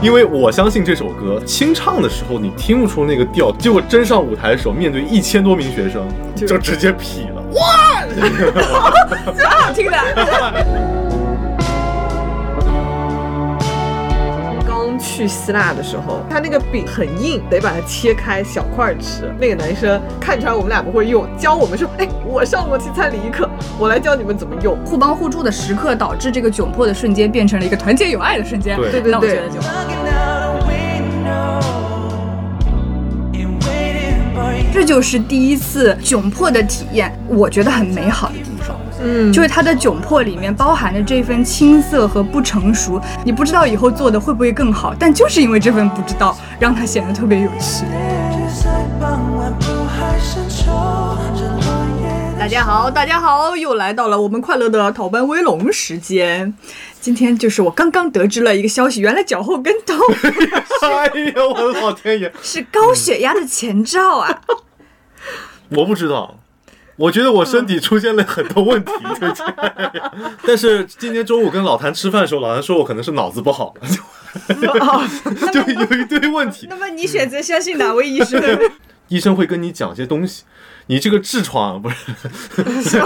因为我相信这首歌清唱的时候你听不出那个调，结果真上舞台的时候，面对一千多名学生，就就直接劈了。蛮好听的。 刚去希腊的时候，他那个饼很硬，得把它切开小块儿吃。那个男生看出来我们俩不会用，教我们说：“哎，我上过西餐礼仪课，我来教你们怎么用。互帮互助的时刻，导致这个窘迫的瞬间变成了一个团结友爱的瞬间。对对对 那我觉对得就这就是第一次窘迫的体验，我觉得很美好的地方。”嗯就就是它的窘迫里面包含的这份青涩和不成熟，你不知道以后做的会不会更好，但就是因为这份不知道，让它显得特别有趣。大家好，大家好，又来到了我们快乐的逃班威龙时间。今天就是我刚刚得知了一个消息，原来脚后跟痛哎呀，我的老天爷！是高血压的前兆 啊！我不知道，我觉得我身体出现了很多 问题，最近。但是今天中午跟老谭吃饭的时候，老谭说我可能是脑子不 好，就有一堆问题。那么你选择相信哪位医生？医生会跟你讲些东西，你这个痔疮不是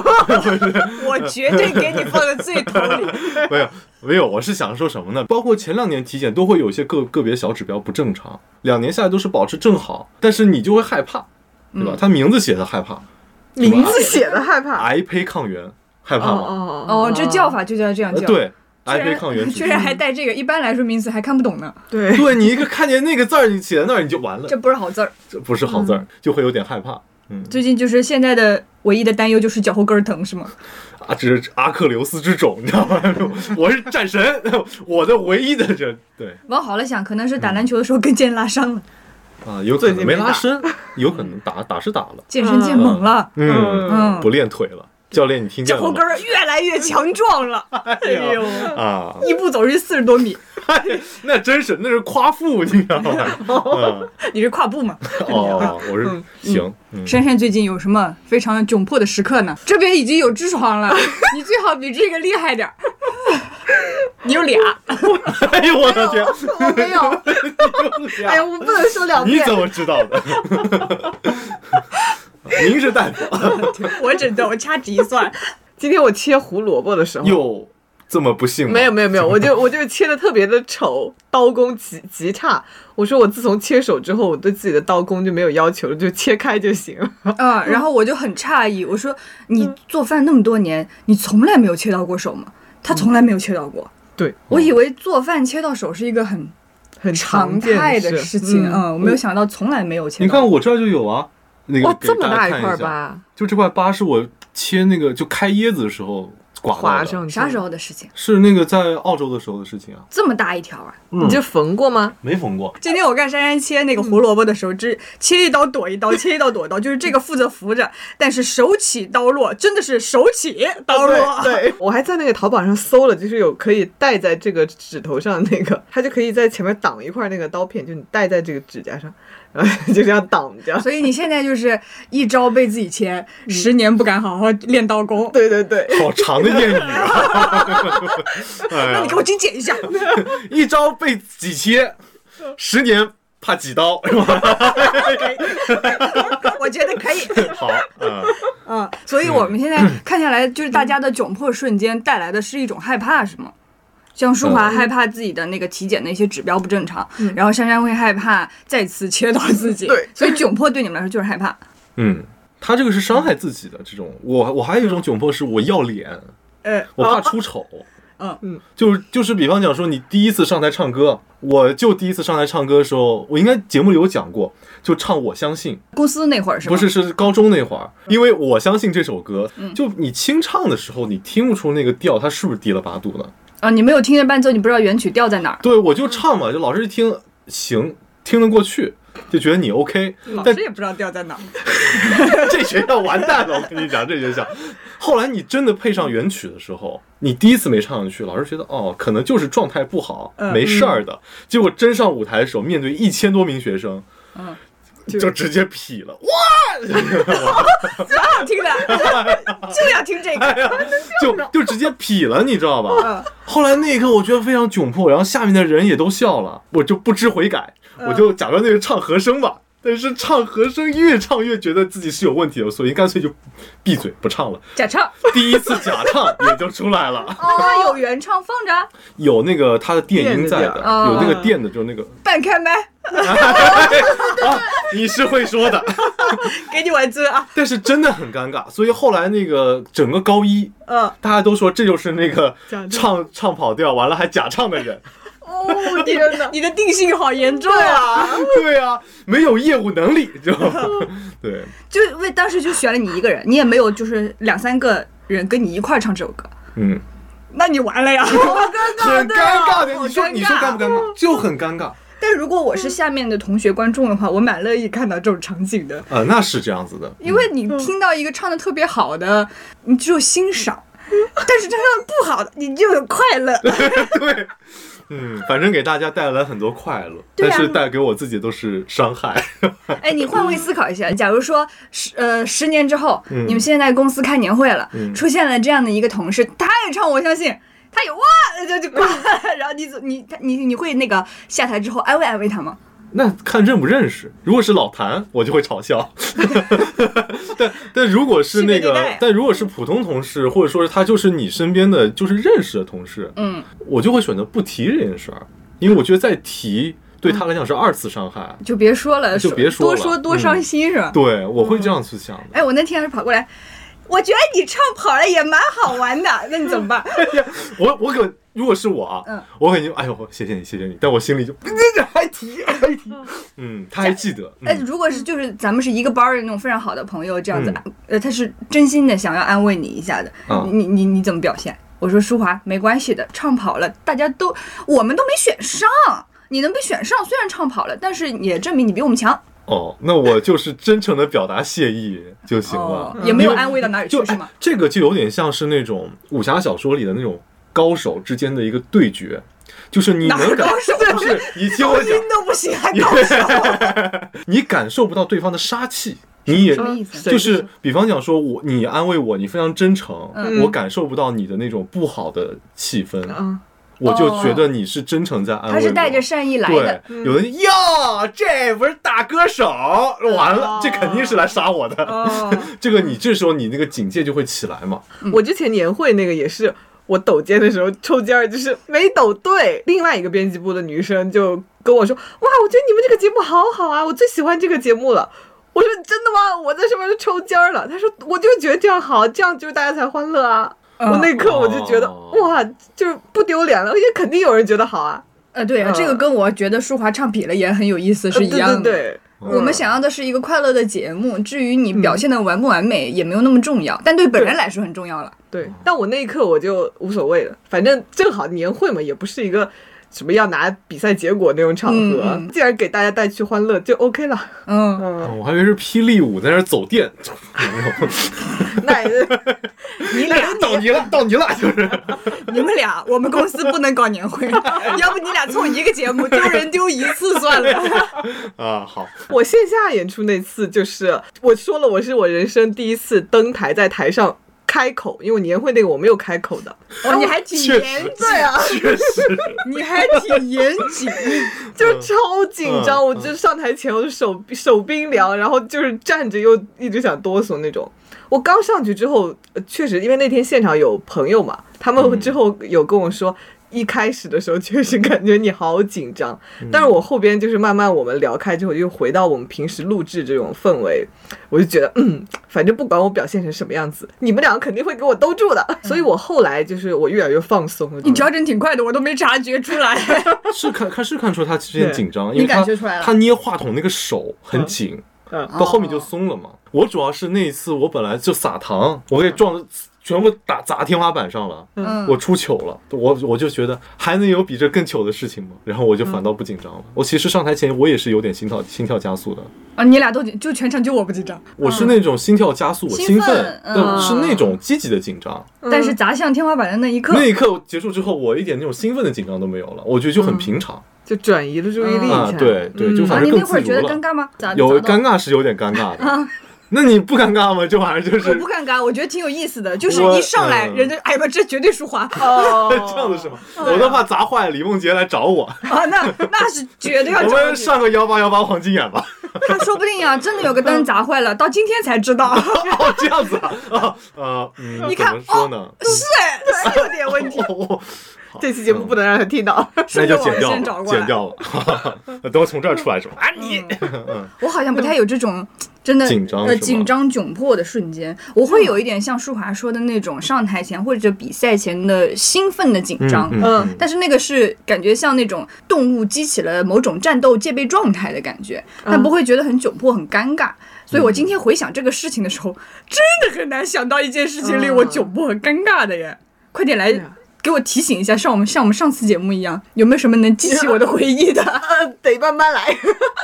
我绝对给你放在最头里。 没有没有，我是想说什么呢？包括前两年体检都会有一些个个别小指标不正常，两年下来都是保持正好，但是你就会害怕，对嗯吧？他名字写的害怕，名字写的害 怕。癌胚抗原害怕吗？哦 哦，这叫法就叫这样呃叫。对，居癌然胚抗 原指嗯居然还带这个，一般来说名词还看不懂呢， 对，对你一个看见那个字儿，你写在那儿你就完了这，嗯不是好字儿。这不是好字儿，就会有点害怕。嗯最近就是现在的唯一的担忧就是脚后跟儿疼，是吗？啊，这是阿克琉斯之踵，你知道吗？ 我是战神，我的唯一的人。对往好了想，可能是嗯打篮球的时候跟腱拉伤了，啊，有可最能近没没拉打伸，有可能打打是打了，健身健猛了，嗯，嗯，不练腿了。教练，你听见脚了后吗跟？儿越来越强壮了， 哎呦，啊，一步走出去四十多米，那真是那是夸父，你知道吗？ 嗯你是 跨步吗？哎哦，我是行，嗯 珊珊最近有什么非常窘迫的时刻呢？这边已经有痔 疮了，你最好比这个厉害点儿。 你有俩，哎呦我的天，我没有。哎呀，我不能说 两 你遍。怎么知道的？ 您是大夫，我只我掐指一 算，今天我切胡萝卜的时候，有这么不幸吗？ 没有没有没有，我就我就切的特别的丑，刀工极极差。我说我自从切手之后，我对自己的刀工就没有要求了，就切开就行了。嗯，然后我就很诧异，我说你嗯做饭那么多年，你从来没有切到过手吗？他从来没有切到过。对，我以为做饭切到手是一个很很常见态的事事情，嗯，嗯，我没有想到从来没有切你到看过。我这儿就有啊，那个哇，给这么大家大看块儿下？吧，就这块疤是我切那个就开椰子的时候刮到的划上去啥时？候的事情？是那个在澳洲的时候的事情啊，嗯这么大一条啊！嗯你就缝过吗？没缝过。今天我看珊珊切嗯那个胡萝卜的时候，只切一刀躲一刀，切一刀躲一刀，就是这个负责扶着，但是手起刀落，真的是手起啊刀落。对，对我还在那个淘宝上搜了，就是有可以戴在这个指头上那个，它就可以在前面挡一块那个刀片，就你戴在这个指甲上，然后 就这样挡着。所以你现在就是一招被自己切，嗯十年不敢好好练刀工。对对对， 好长的谚语啊！哎 那呀你给我精简 一下。一招被几切，十年怕几刀， 是吧？我觉得可以。好，嗯，嗯，所以我们现在看下来，就是大家的窘迫瞬间带来的是一种害怕，是吗？像舒嗯华害怕自己的那个体检的一些指标不正常，然后珊珊会害怕再次切到自己。对所以窘迫对你们来说就是害怕。嗯，他这个是伤害自己的这种，我我还有一种窘迫是我要脸，呃，我怕出丑。嗯嗯，就是就是，比方讲说，你第一次上台唱歌，我就第一次上台唱歌的时候，我应该节目里有讲过，就唱《我相信》，公司那会儿是吗？不是，是高中那会儿，嗯因为我相信这首歌，就你清唱的时候，你听不出那个调它是不是低了八度的。啊，你没有听见伴奏，你不知道原曲调在哪 儿。对，我就唱嘛，就老师一听行，听得过去，就觉得你 OK，但也不知道调在哪儿。 这学校完蛋了，我跟你讲，这学校。后来你真的配上原曲的时候，你第一次没唱上去，老师觉得哦，可能就是状态不好， 嗯没事儿的。结果真上舞台的时候，面对一千多名学生，嗯就就直接劈了，这 好听的，就要听这哎个。就就直接劈了，你知道嗯吧？后来那一刻我觉得非常窘迫，然后下面的人也都笑了，我就不知悔改，嗯我就假装那个唱和声吧。但是唱和声越唱越觉得自己是有问题的，所以干脆就闭嘴不唱了。假唱，第一次假唱也就出来了，那它有原唱放着，有那个它的电音在的，电嗯的有那个电的，就是那个。半开麦，啊，你是会说的，给你玩尊啊！但是真的很尴尬。所以后来那个整个高一，嗯，大家都说这就是那个假唱唱唱跑调，完了还假唱的人。 哦天哪！你的定性好严重对啊！啊， 对啊，没有业务能力，知道 吗？对，就为当时就选了你一个人，你也没有就是两三个人跟你一块儿唱这首歌，嗯，那你完了呀！很尴尬的。啊好你说尴你说尬尴不尴尬？就很尴尬。 但如果我是下面的同学观众的话，我蛮乐意看到这种场景的，啊，那是这样子的。因为你听到一个唱的特别好的，你只有欣赏。但是唱的不好的，你就有快乐。对，嗯，反正给大家带来很多快乐，对但啊是带给我自己都是伤害。 哎，你换位思考一下，假如说十呃十年之后，嗯你们现在公司开年会了，嗯出现了这样的一个同事，他也唱，我相信他有哇就就挂，然后你怎你他你你会那个下台之后安慰安慰他吗？那看认不认识，如果是老谭，我就会嘲 笑。但但如果是那新的一个代，但如果是普通同事，或者说是他就是你身边的就是认识的同事，嗯，我就会选择不提这件事儿，因为我觉得再提对他来讲是二次伤害。就别说了，就别说多了说多嗯伤心、是吧？对，我会这样去想的。哎，我那天还跑过来，我觉得你唱跑了也蛮好玩的，那你怎么办？我我可如果是我啊，嗯我肯定哎呦，谢谢你，谢谢你，但我心里 就还提还提，嗯，他还记得，哎，嗯如果是就是咱们是一个班儿的那种非常好的朋友，这样子嗯，呃，他是真心的想要安慰你一下的，啊你你你怎么表现？我说舒华，没关系的，唱跑了，大家都我们都没选上，你能被选上，虽然唱跑了，但是也证明你比我们强，哦，那我就是真诚的表达谢意就行了哦，也没有因为安慰到哪里就去，是吗哎？这个就有点像是那种武侠小说里的那种高手之间的一个对决，就是你哪能儿感高手不是你听我讲，音都不行，还高手，你感受不到对方的杀气，你也什么意思就谁是比方讲说我你安慰我，你非常真诚，嗯我感受不到你的那种不好的气氛，嗯，我就觉得你是真诚在安慰我。哦他是带着善意来对的，，嗯有人哟，这不是大歌手，完哦了，这肯定是来杀我的。哦， 这个你这时候你那个警戒就会起来嘛。我之前年会那个也是。我抖肩的时候抽筋儿，就是没抖对。另外一个编辑部的女生就跟我说：“哇，我觉得你们这个节目好好啊，我最喜欢这个节目了。”我说：“真的吗？” 我在上面就抽筋儿了。她说：“我就觉得这样好，这样就是大家才欢乐啊。”嗯哦我那一刻我就觉得哦哇，就是不丢脸了，而且肯定有人觉得好啊，呃，对，这个跟我觉得舒华唱痞了也很有意思是一样的，呃对对对，我们想要的是一个快乐的节目，至于你表现的完不完美也没有那么重要，但对本人来说很重要了。对，但我那一刻我就无所谓了，反正正好年会嘛，也不是一个什么要拿比赛结果那种场合，嗯嗯既然给大家带去欢乐就 OK 了。嗯，嗯，哦我还以为是霹雳舞在那儿走电， 那也是 你俩，到你了，到你了，就是。你们俩，我们公司不能搞年会， 要不你俩凑一个节目，丢人丢一次算了。啊，好，我线下演出那次，就是我说了，我是我人生第一次登台，在台上开口，因为我年会那个我没有开口的。 哦，你还挺确实严谨，对啊，确实，你还挺严谨。就是超紧张，嗯我就上台前我就手手冰凉，然后就是站着又一直想哆嗦那种。我刚上去之后，呃确实因为那天现场有朋友嘛，他嗯们之后有跟我说。一开始的时候确实感觉你好紧张，嗯但是我后边就是慢慢我们聊开之后，又回到我们平时录制这种氛围，我就觉得嗯，反正不管我表现成什么样子，你们两个肯定会给我兜住的。所以我后来就是我越来越放松嗯了。你调整挺快的，我都没察觉出来。 是看看是看出他之前紧张，因为你感他觉出来了哦他捏话筒那个手很紧，嗯到后面就松了嘛。我主要是那一次我本来就撒糖，我给撞全部打砸天花板上了，嗯，我出糗了，我我就觉得还能有比这更糗的事情吗？然后我就嗯反倒不紧张了。我其实上台前我也是有点心跳心跳加速的，啊，你俩都紧就全程就我不紧张，我是那种心跳加速，我嗯兴兴奋奋，嗯但是那种积极的紧张。但是砸向天花板的那一刻嗯那，一刻结束之后，我一点那种兴奋的紧张都没有了，我觉得就嗯很平常就转移了注意力啊。一下。嗯对对，就啊，反你正那更会自儿觉由得尴了。尬吗？咋有啊咋到啊尴尬是有点尴尬 的，那你不尴尬吗？这玩意儿就是我不尴尬，我觉得挺有意思的，就是我一上来嗯人家，哎呀妈，这绝对是花啊，哦这样子是吗？我都怕砸坏了李梦洁来找 我，啊 那那是绝对要我找们你。上个幺八幺八黄金眼 吧。他说不定呀、真的有个灯砸坏了，到今天才知道，嗯哦，这样子啊啊啊，嗯，你看哦怎么说呢？ 哎是有点问题。哦， 这期节目不能让他听到。 那顺着就网剪掉线找了，过剪来。嗯掉了。 等我从这儿出来的时候，啊，你我好像不太有这种真的嗯紧张呃是吗紧张窘迫的瞬间，我会有一点像舒华说的那种上台前或者比赛前的兴奋的紧哎张。嗯但是那个是感觉像那种动物激起了某种战斗戒备状态的感觉，嗯但不会觉得很窘迫、很尴尬。所以我今天回想这个事情的时候，真的很难想到一件事情令嗯我窘迫和尴尬的耶。快点来对啊给我提醒一下，像我们像我们上次节目一样，有没有什么能激起我的回忆的？ 呃， 得慢慢来。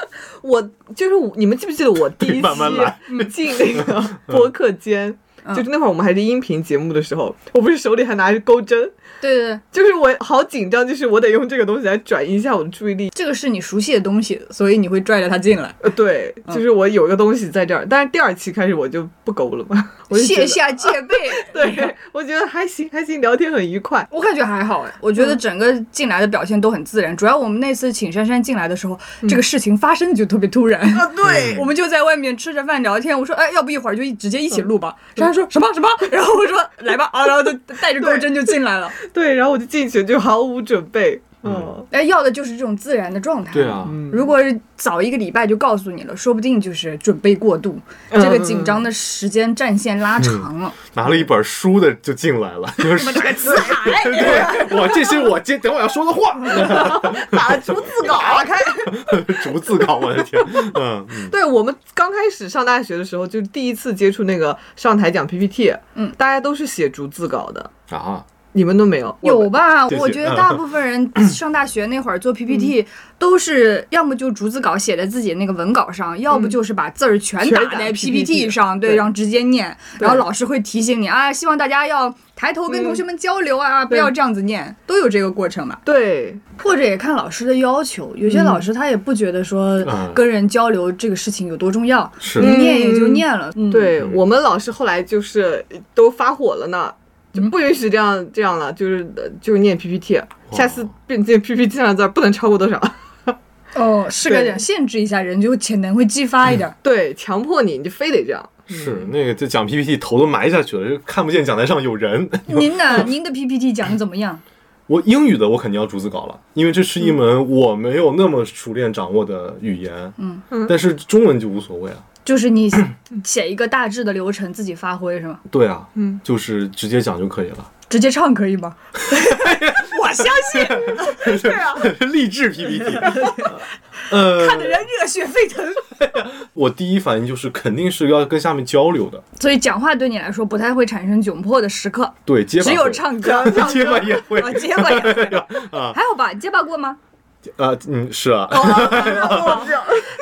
我就是我你们记不记得我第一得慢慢来期嗯进那个播客间，就是那会儿我们还是音频节目的时候，我不是手里还拿着钩针，对对对，就是我好紧张，就是我得用这个东西来转移一下我的注意力。这个是你熟悉的东西，所以你会拽着它进 来。呃，对，就是我有一个东西在这儿，但是第二期开始我就不勾了嘛， 我就觉得卸。下戒备。对，我觉得还行，还行，聊天很愉快。 我感觉还好哎，我觉得整个进来的表现都很自然。主要我们那次请珊珊进来的时候，这个事情发生的就特别突 然。啊，对，嗯我们就在外面吃着饭聊天。我说，哎，要不一会儿就一直接一起录吧。珊珊说什么什 么，然后我说来吧啊，然后就带着钩针就进来了。对，然后我就进去，就毫无准备。嗯， 哎，要的就是这种自然的状态。对。啊，如果早一个礼拜就告诉你了，说不定就是准备过度，嗯这个紧张的时间战线拉长了。拿了一本书的就进来 了，就是这个 词海，对我这是我今等我要说的话， 打逐字稿，打开。逐字稿，我的天，嗯嗯对我们刚开始上大学的时候，就是第一次接触那个上台讲 PPT，嗯，大家都是写逐字稿的，啊，你们都没有？有吧？谢谢我觉得大部分人 上大学那会儿做 PPT 都是要么就逐字稿写在自己那个文稿上，要不就是把字儿嗯全全打打在 PPT 上，对，对然后直接念。对然后老师会提醒你啊，希望大家要抬头跟嗯同学们交流啊，不对要这样子念，都有这个过程嗯吧。对，或者也看老师的要求，有些老师他也不觉得说嗯跟人交流这个事情有多重要，是你念也就念了。嗯，对、嗯我们老师后来就是都发火了呢，就不允许这样、这样了，就是呃就是念 PPT，下次变这 PPT 上的字儿不能超过多少， 哦，是个对点限制一下人，就潜能会激发一点。对，强迫你，你就非得这样。是那个就讲 PPT 头都埋下去了，就看不见讲台上有人。 您 呢？您的 PPT 讲的怎么样？我英语的我肯定要逐字稿了，因为这是一门我没有那么熟练掌握的语言。嗯嗯但是中文就无所谓啊。就是你写一个大致的流程，自己发挥是 吗？对啊，嗯，就是直接讲就可以了。直接唱可以吗？ 我相信对啊，励志 PPT。呃，看的人热血沸腾。我第一反应就是肯定是要跟下面交流的，所以讲话对你来说不太会产生窘迫的时刻，对，结巴只 有会唱歌。结巴也会啊，结巴也会 啊还好吧？结巴过吗？啊，嗯，是啊。哦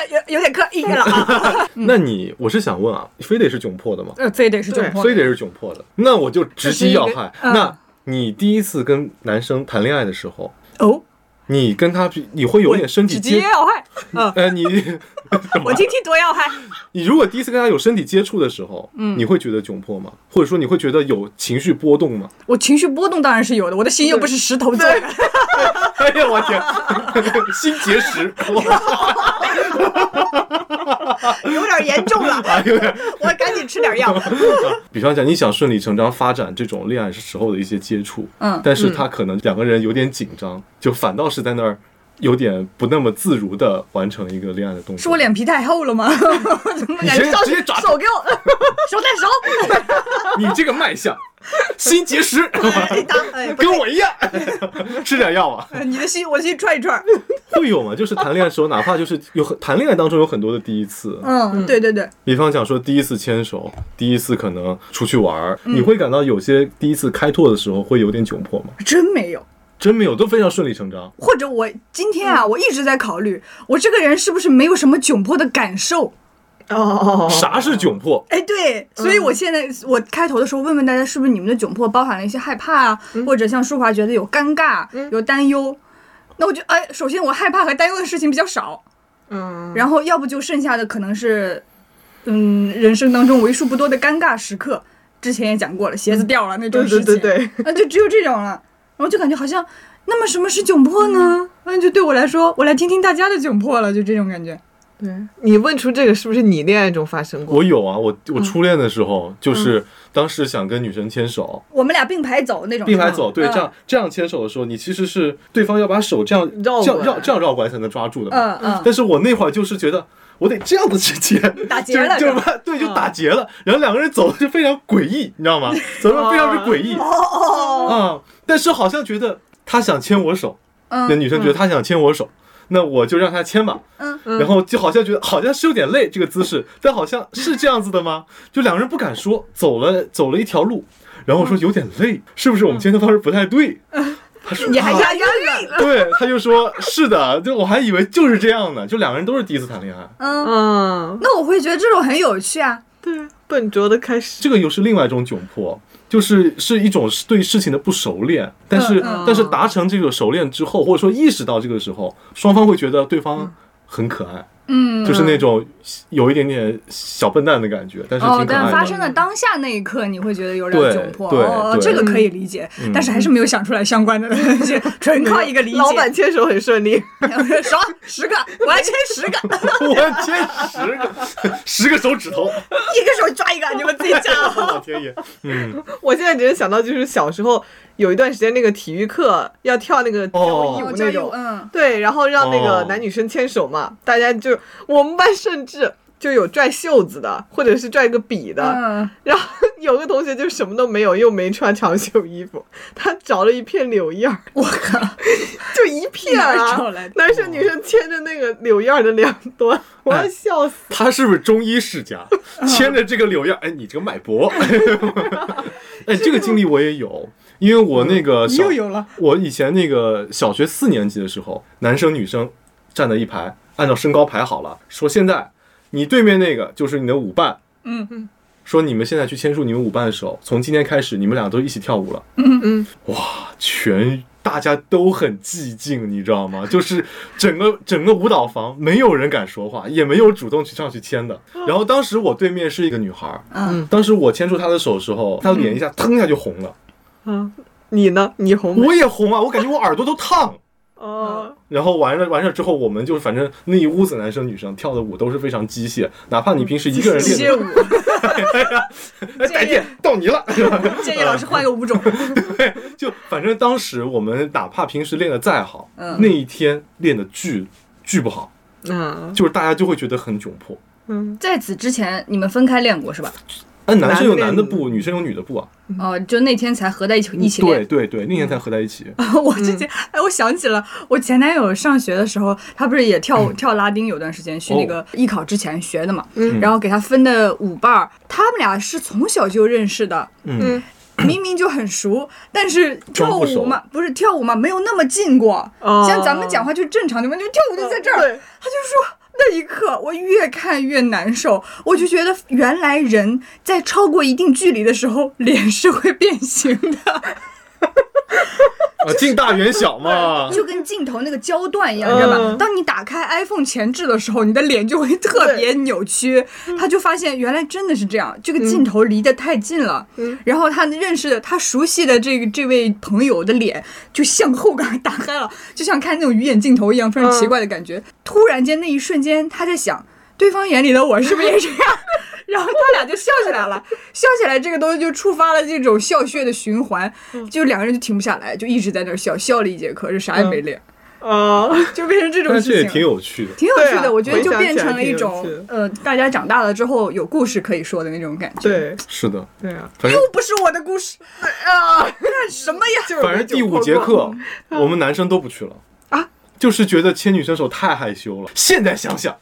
有有点刻意了啊，那你，我是想问啊，非得是窘迫的吗？ 呃，非得是窘迫非得是窘迫的，那我就直击要害。这是一个嗯那你第一次跟男生谈恋爱的时候，哦，你跟他比你会有点身体直接接，要害。嗯，呃，你 啊我听听多要害。你如果第一次跟他有身体接触的时候，嗯，你会觉得窘迫吗？或者说你会觉得有情绪波动 吗？我情绪波动当然是有的，我的心又不是石头做的。哎呀，我天， 心结石， 哇，有点严重了，有点。我赶紧吃点药。 比方讲，你想顺理成章发展这种恋爱时候的一些接触，嗯但是他可能两个人有点紧张，就反倒是在那儿有点不那么自如的完成一个恋爱的动作。是我脸皮太厚了吗？ 我怎么感觉你直接上直接抓手给我 手带手， 你这个卖相，心结石，哎，打哎，不跟我一样。吃点药吧。你的心，我的心串一串。会有吗？就是谈恋爱的时候，哪怕就是有很谈恋爱当中有很多的第一次，嗯，对对对，比方讲说第一次牵手，第一次可能出去玩儿，嗯你会感到有些第一次开拓的时候会有点窘迫吗？真没有。真没有，都非常顺理成章。或者我今天啊，我一直在考虑，我这个人是不是没有什么窘迫的感受？哦，啥是窘迫？哎，对，所以我现在、我开头的时候问问大家，是不是你们的窘迫包含了一些害怕啊，或者像舒华觉得有尴尬、有担忧？那我就哎，首先我害怕和担忧的事情比较少，嗯，然后要不就剩下的可能是，嗯，人生当中为数不多的尴尬时刻。之前也讲过了，鞋子掉了那种对事对情，对对，啊，就只有这种了。然后就感觉好像，那么什么是窘迫呢？那、就对我来说，我来听听大家的窘迫了，就这种感觉。对你问出这个是不是你恋爱中发生过？我有啊，我嗯我初恋的时候、就是当时想跟女生牵手，我们俩并排走那种，并排是吧走，对，嗯这样这样牵手的时候，你其实是对方要把手这样绕这过样来绕这样绕过来才能抓住的嘛。嗯嗯，但是我那会儿就是觉得。我得这样子去牵，打结了就是是吧就嗯是 对，就打结了。然后两个人走的就非常诡异，你知 道吗？走的非常之诡异哦啊！但是好像觉得他想牵我手，嗯那女生觉得她想牵我手，那我就让她牵吧。嗯嗯然后就好像觉得好像是有点累这个姿势，但好像是这样子的吗？就两个人不敢说，走了走了一条路，然后我说有点累，是不是我们牵的方式不太 对？他说你还啊押韵了，对，他就说是的，就我还以为就是这样呢，就两个人都是第一次谈恋爱，嗯，嗯，那我会觉得这种很有趣啊。对，笨拙的开 始。这个又是另外一种窘迫。就是是一种对事情的不熟练，但是、嗯嗯但是达成这个熟练之后，或者说意识到这个时候，双方会觉得对方很可爱，嗯，就是那种有一点点小笨蛋的感觉，但是哦挺，可但发爱的。生的当下那一刻，你会觉得有点对窘迫。对哦，对嗯这个可以理解，但是还是没有想出来相关的东 西，纯靠一个理解。老板牵手很顺利，爽，十个，我要签十个， 我牵十个，十个手指 头， 一个手抓一个，你们自己加啊。老天爷！嗯，我现在只是想到就是小时候有一段时间那个体育课要跳那个哦交谊舞那种，嗯，对，然后让那个哦男女生牵手嘛，大家就我们班甚至就有拽袖子的，或者是拽个笔的，嗯，然后有个同学就什么都没有，又没穿长袖衣服， 他找了一片柳叶儿， 我靠，就一片哪儿啊找来的，男生女生牵着那个柳叶儿的两端，我要笑 死。他是不是中医世家？牵着这个柳叶，哎，你这个脉搏， 哎，这个经历我也有，因为我那个嗯你小又有了，我以前那个小学四年级的时候，男生女生站在一排，按照身高排好了，说现在你对面那个就是你的舞伴，嗯嗯，说你们现在去牵出你们舞伴的手，从今天开始你们俩都一起跳舞了。嗯，哇，全大家都很寂静，你知道吗？就是整个整个舞蹈房没有人敢说话，也没有主动去上去牵的。然后当时我对面是一个女孩，嗯，当时我牵住她的手的时候，她脸一下腾一下就红了，啊，你呢？你红吗？我也红啊，我感觉我耳朵都烫。哦，然后完了完事之后，我们就反正那一屋子男生女生跳的舞都是非常机械，哪怕你平时一个人练街的， 舞，哎，再见，到你了。 建议老师换个舞种，就反正当时我们哪怕平时练的再好，嗯那一天练的巨巨不好，嗯就是大家就会觉得很窘迫。嗯，在此之前你们分开练过是吧？哎，男生有男男的的步，女生有女的步啊。哦，就那天才合在一起嗯一嗯起对练。对对，那天才合在一起。 我之前哎，我想起了我前男友上学的时候，他不是也跳跳拉丁有段时间，去那个艺考之前学的嘛。嗯然后给他分的舞伴儿，他们俩是从小就认识的，嗯，明明就很熟，但是跳装不熟舞嘛，不是跳舞嘛，没有那么近过。哦像咱们讲话就正常，你们就跳舞就在这儿。对他就说那一刻，我越看越难受，我就觉得原来人在超过一定距离的时候，脸是会变形的，啊，近大远小嘛。 就跟镜头那个焦段一样，你知道吧？嗯当你打开 iPhone 前置的时候，你的脸就会特别扭曲。他就发现原来真的是这样，这个镜头离得太近了。嗯然后他认识的、他熟悉的这个这位朋友的脸就向后刚打开了，就像看那种鱼眼镜头一样，非常奇怪的感嗯觉。突然间那一瞬间，他在想，对方眼里的我是不是也这样？ 然后他俩就笑起来了，笑起来这个东西就触发了这嗯种笑穴的循环，就两个人就停不下来，就一直在那儿笑，笑了一节课，就啥也没练。啊，就变成这种嗯但这事也情，挺有趣的。挺有对趣的。啊我觉得回就想变起来成了一挺有种趣的呃，大家长大了之后有故事可以说的那种感觉。，对是的，对啊，反正又不是我的故事啊，干什么呀？就是反正第五节课我们男生都不去了啊，就是觉得牵女生手太害羞了。现在想想，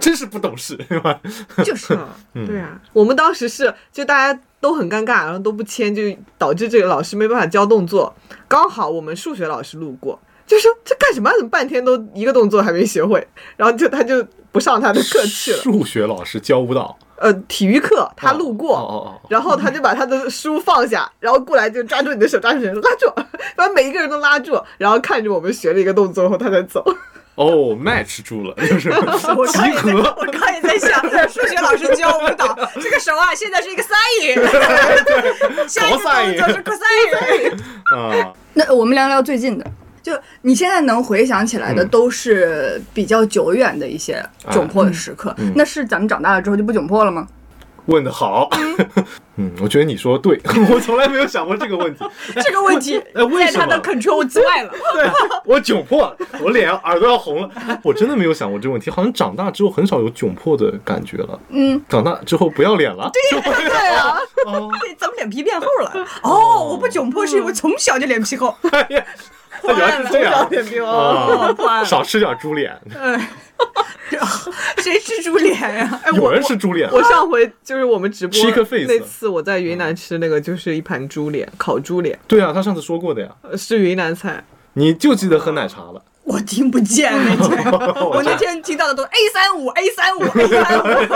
真是不懂事，对吧？就是 嗯，对啊，我们当时是就大家都很尴尬，然后都不签，就导致这个老师没办法教动作。刚好我们数学老师路过，就说这干什么啊？怎么半天都一个动作还没学会？然后就他就不上他的课去了。数学老师教舞蹈，呃，体育课他哦路过，哦哦哦，然后他就把他的书放下，然后过来就抓住你的手，抓住你的手，拉住，把每一个人都拉住，然后看着我们学了一个动作后，他才 走。哦，match 住 了，就是我刚也在，集合 我刚也在想，数学老师教舞蹈，这个手啊，现在是一个 sin，下 一个动作是 cos。啊， 那我们聊聊最近的，就你现在能回想起来的，嗯都是比较久远的一些啊窘迫的时刻。嗯那是咱们长大了之后就不窘迫 了吗？问的好。 嗯，我觉得你说得 对，我从来没有想过这个问题。这个问题哎为在什么他的 control 之 外了。我窘迫了，我脸耳朵要红了。哎我真的没有想过这个问题，好像长大之后很少有窘迫的感觉了。嗯，长大之后不要脸了，对对啊， 哦，对，咱们脸皮变厚了。哦，我不窘迫是因为从小就脸皮厚。哎呀，原来是这样点兵啊，破案了。少吃点猪脸，嗯，谁吃猪脸呀、哎，有我人吃猪脸 我上回就是我们直播吃一颗 face 那次，我在云南吃那个就是一盘猪脸，烤猪脸，对啊，他上次说过的呀，呃是云南菜。你就记得喝奶茶了。我听不见那 天，我那天听到的都 A 三五 A 三五 A 三五，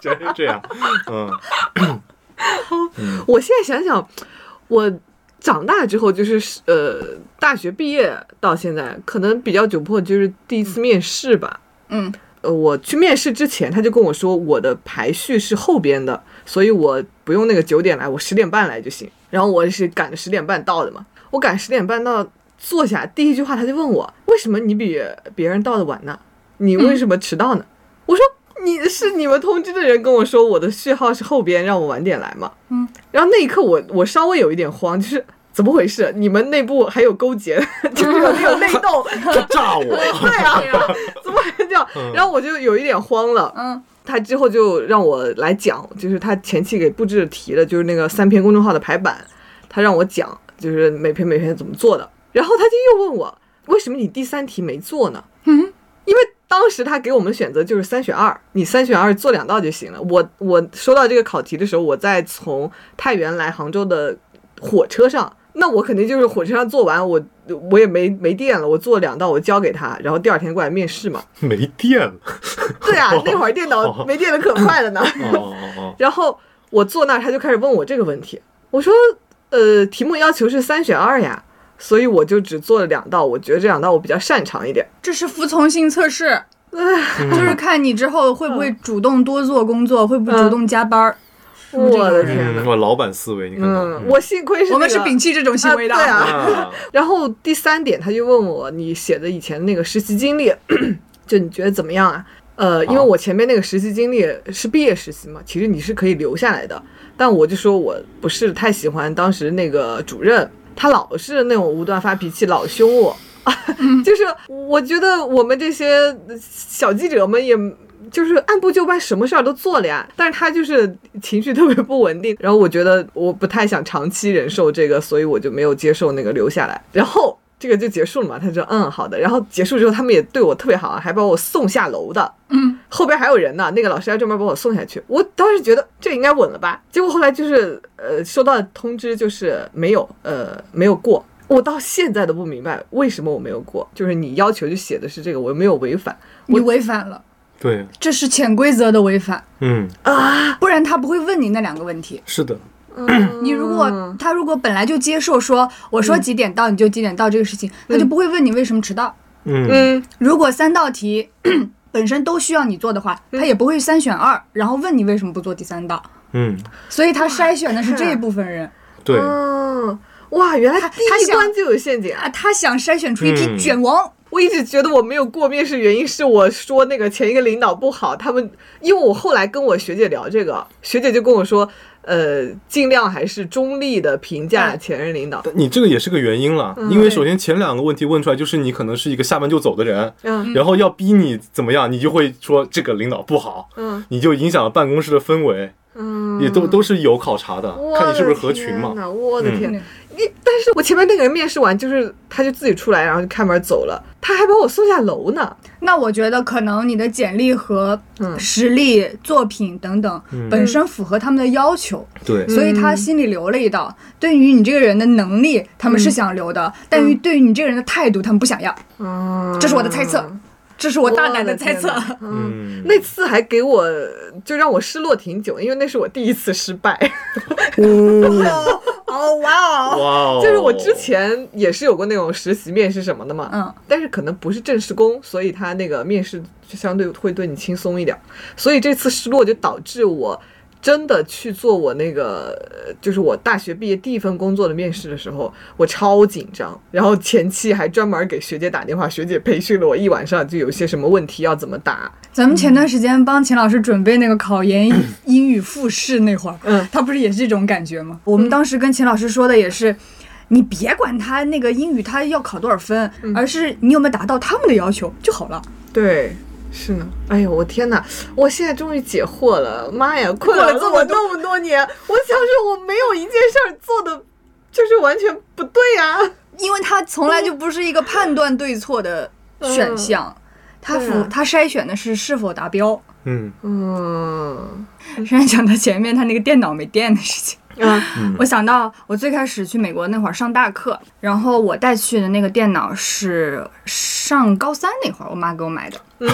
真是这样，嗯，我现在想想，我长大之后就是呃，大学毕业到现在，可能比较窘迫就是第一次面试吧。嗯，呃，我去面试之前，他就跟我说我的排序是后边的，所以我不用那个九点来，我十点半来就行。然后我是赶着十点半到的嘛，我赶十点半到，坐下第一句话他就问我为什么你比别人到的晚呢？你嗯为什么迟到呢？我说你是你们通知的人跟我说我的序号是后边，让我晚点来嘛。嗯，然后那一刻我我稍微有一点慌，就是怎么回事？你们内部还有勾结， 就是有有内斗，这炸我， 对啊，嗯怎么会这样？然后我就有一点慌了。嗯，他之后就让我来讲，就是他前期给布置的题了，就是那个三篇公众号的排版，他让我讲，就是每篇每篇怎么做的。然后他就又问我，为什么你第三题没做呢？嗯，因为当时他给我们选择就是三选二，你三选二做两道就行了。我我收到这个考题的时候，我在从太原来杭州的火车上，那我肯定就是火车上做完，我我也没没电了，我做两道我交给他，然后第二天过来面试 嘛。没电了，对啊，那会儿电脑没电的可快了 呢。哦哦哦，然后我坐那儿，他就开始问我这个问题。我说，呃，题目要求是三选二呀，所以我就只做了两道，我觉得这两道我比较擅长一点。这是服从性测试，嗯就是看你之后会不会主动多做工作，会不会主动加班儿。我的天嗯，呐，哇，老板思维，你看看，嗯，我幸亏是、我们是摒。弃这种行为的。啊对啊啊，然后第三点，他就问我你写的以前那个实习经历， 就你觉得怎么样啊？呃，因为啊我前面那个实习经历是毕业实习嘛，其实你是可以留下来的，但我就说我不是太喜欢当时那个主任，他老是那种无端发脾气，老凶我， 就是我觉得我们这些小记者们也。就是按部就班，什么事儿都做了呀。但是他就是情绪特别不稳定，然后我觉得我不太想长期忍受这个，所以我就没有接受那个留下来。然后这个就结束了嘛，他说嗯好的。然后结束之后，他们也对我特别好啊，还把我送下楼的。嗯，后边还有人呢，那个老师还专门把我送下去。我当时觉得这应该稳了吧，结果后来就是呃收到通知就是没有呃没有过。我到现在都不明白为什么我没有过，就是你要求就写的是这个，我没有违反你违反了，对，这是潜规则的违反，嗯，啊。不然他不会问你那两个问题。是的，你如果他如果本来就接受说我说几点到你就几点到这个事情，他就不会问你为什么迟到。嗯，嗯如果三道题 本身都需要你做的话，嗯他也不会三选二，然后问你为什么不做第三道。嗯，所以他筛选的是这一部分人对，嗯，哇，原来第他一想关就有陷阱啊！啊，他想筛选出一批嗯卷王。我一直觉得我没有过面试，原因是我说那个前一个领导不好，他们因为我后来跟我学姐聊这个，学姐就跟我说，呃，尽量还是中立的评价前任领导。但你这个也是个原因了，嗯因为首先前两个问题问出来，就是你可能是一个下班就走的人，嗯然后要逼你怎么样，你就会说这个领导不好，嗯你就影响了办公室的氛围，嗯，也都都是有考察的，我看的你是不是合群嘛天。呐我的嗯天呐，你但是我前面那个人面试完，就是他就自己出来，然后就开门走了，他还把我送下楼呢。那我觉得可能你的简历和嗯实力、作品等等、嗯本身符合他们的要求，对嗯所以他心里留了一道。对于你这个人的能力，他们是想留的，但于对于你这个人的态度，他们不想要。嗯，这是我的猜测，这是我大胆的的猜测。天呐。嗯。嗯，那次还给我就让我失落挺久，因为那是我第一次失败。哦，哇哇！哦，就是我之前也是有过那种实习面试什么的嘛，嗯，但是可能不是正式工，所以他那个面试就相对会对你轻松一点。所以这次失落就导致我真的去做我那个呃就是我大学毕业第一份工作的面试的时候，我超紧张，然后前期还专门给学姐打电话，学姐培训了我一晚上，就有些什么问题要怎么答。咱们前段时间帮秦老师准备那个考研英语复试那会儿，嗯他不是也是这种感觉吗？我们当时跟秦老师说的也是，你别管他那个英语他要考多少分，嗯而是你有没有达到他们的要求就好了。对。是呢，哎呦，我天哪！我现在终于解惑了，妈呀，困了了这么这那么多年，我想说我没有一件事儿做的就是完全不对呀、因为它从来就不是一个判断对错的选项，它嗯对符啊它筛选的是是否达标，嗯嗯 筛选到前面它那个电脑没电的事情。啊，嗯我想到我最开始去美国那会儿上大课，然后我带去的那个电脑是上高三那会儿我妈给我买的，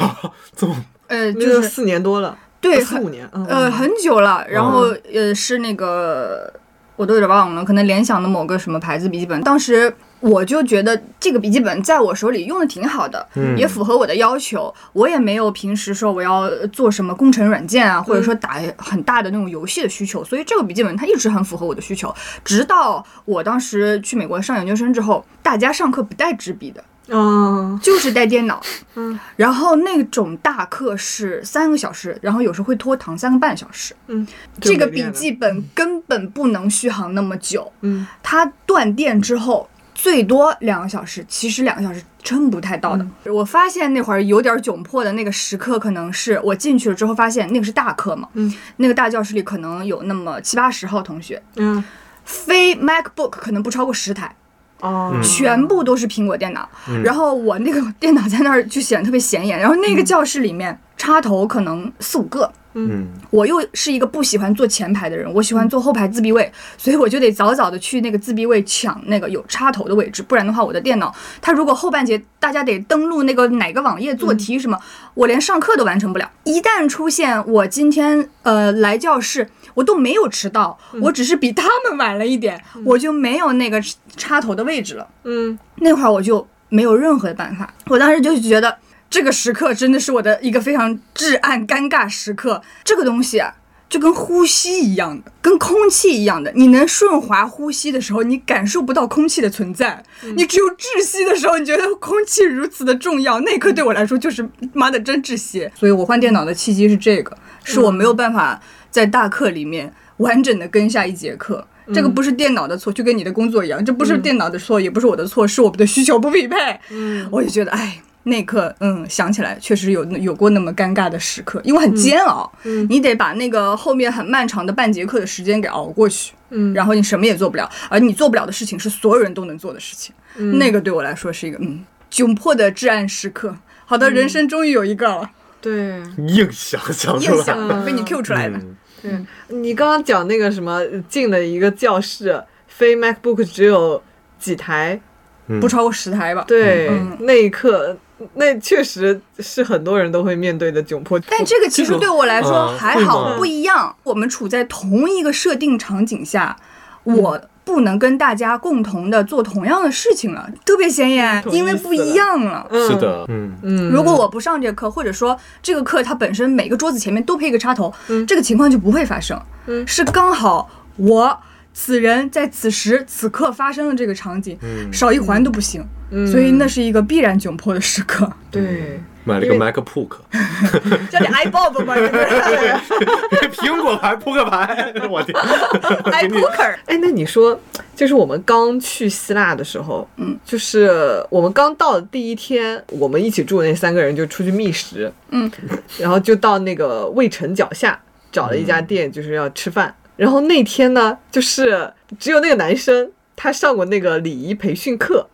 这么呃，那就就是四年多了，对四很五年，嗯嗯呃，很久了，然后呃是那个我都有点忘了，可能联想的某个什么牌子笔记本，当时。我就觉得这个笔记本在我手里用的挺好的，嗯也符合我的要求。我也没有平时说我要做什么工程软件啊，或者说打很大的那种游戏的需求，所以这个笔记本它一直很符合我的需求。直到我当时去美国上研究生之后，大家上课不带纸笔的，嗯就是带电脑。嗯，然后那种大课是三个小时，然后有时候会拖堂三个半小时。嗯，这个就没笔练了记，本根本不能续航那么久，嗯它断电之后最多两个小时，其实两个小时撑不太到的。嗯我发现那会儿有点窘迫的那个时刻，可能是我进去了之后发现那个是大课嘛，嗯那个大教室里可能有那么七八十号同学，嗯非 MacBook 可能不超过十台，哦，全部都是苹果电脑。嗯然后我那个电脑在那儿就显得特别显眼，然后那个教室里面插头可能四五个，嗯我又是一个不喜欢坐前排的人，我喜欢坐后排自闭位，所以我就得早早的去那个自闭位抢那个有插头的位置，不然的话，我的电脑它如果后半截大家得登录那个哪个网页做题什么，我连上课都完成不了。一旦出现我今天呃来教室，我都没有迟到，我只是比他们晚了一点，我就没有那个插头的位置了。嗯那会儿我就没有任何的办法，我当时就觉得这个时刻真的是我的一个非常至暗尴尬时刻。这个东西啊，就跟呼吸一样的，跟空气一样的。你能顺滑呼吸的时候，你感受不到空气的存在；你只有窒息的时候，你觉得空气如此的重要。那一刻对我来说就是妈的真窒息。所以我换电脑的契机是这个，是我没有办法在大课里面完整的跟下一节课。嗯这个不是电脑的错，就跟你的工作一样，这不是电脑的错，也不是我的错，是我们的需求不匹配。嗯我就觉得，哎，那一刻，嗯，想起来确实有有过那么尴尬的时刻，因为很煎熬，嗯你得把那个后面很漫长的半节课的时间给熬过去，嗯然后你什么也做不了，而你做不了的事情是所有人都能做的事情，嗯那个对我来说是一个嗯窘迫的至暗时刻。好嗯的，人生终于有一个了，对。硬想想出又来，想的被你 Q 出来的，嗯对你刚刚讲那个什么进了一个教室，非 MacBook 只有几台，嗯不超过十台吧。对，嗯那一刻，那确实是很多人都会面对的窘迫。但这个其这实个对我来说啊还会好，吗不一样。我们处在同一个设定场景下，我不能跟大家共同的做同样的事情了，特别显眼，同意因为不一样了。嗯是，的，嗯嗯，如果我不上这课，或者说这个课它本身每个桌子前面都配一个插头，嗯这个情况就不会发生。嗯是刚好我此人在此时此刻发生了这个场景，嗯少一环都不行。嗯所以那是一个必然窘迫的时刻。对，买了一个 MacBook， 叫你 iBob 吧，这个苹果牌扑克牌，我天， iPoker。哎，那你说，就是我们刚去希腊的时候，嗯，就是我们刚到的第一天，我们一起住的那三个人就出去觅食，嗯， 然后就到那个卫城脚下找了一嗯家店，就是要吃饭。然后那天呢，就是只有那个男生他上过那个礼仪培训课。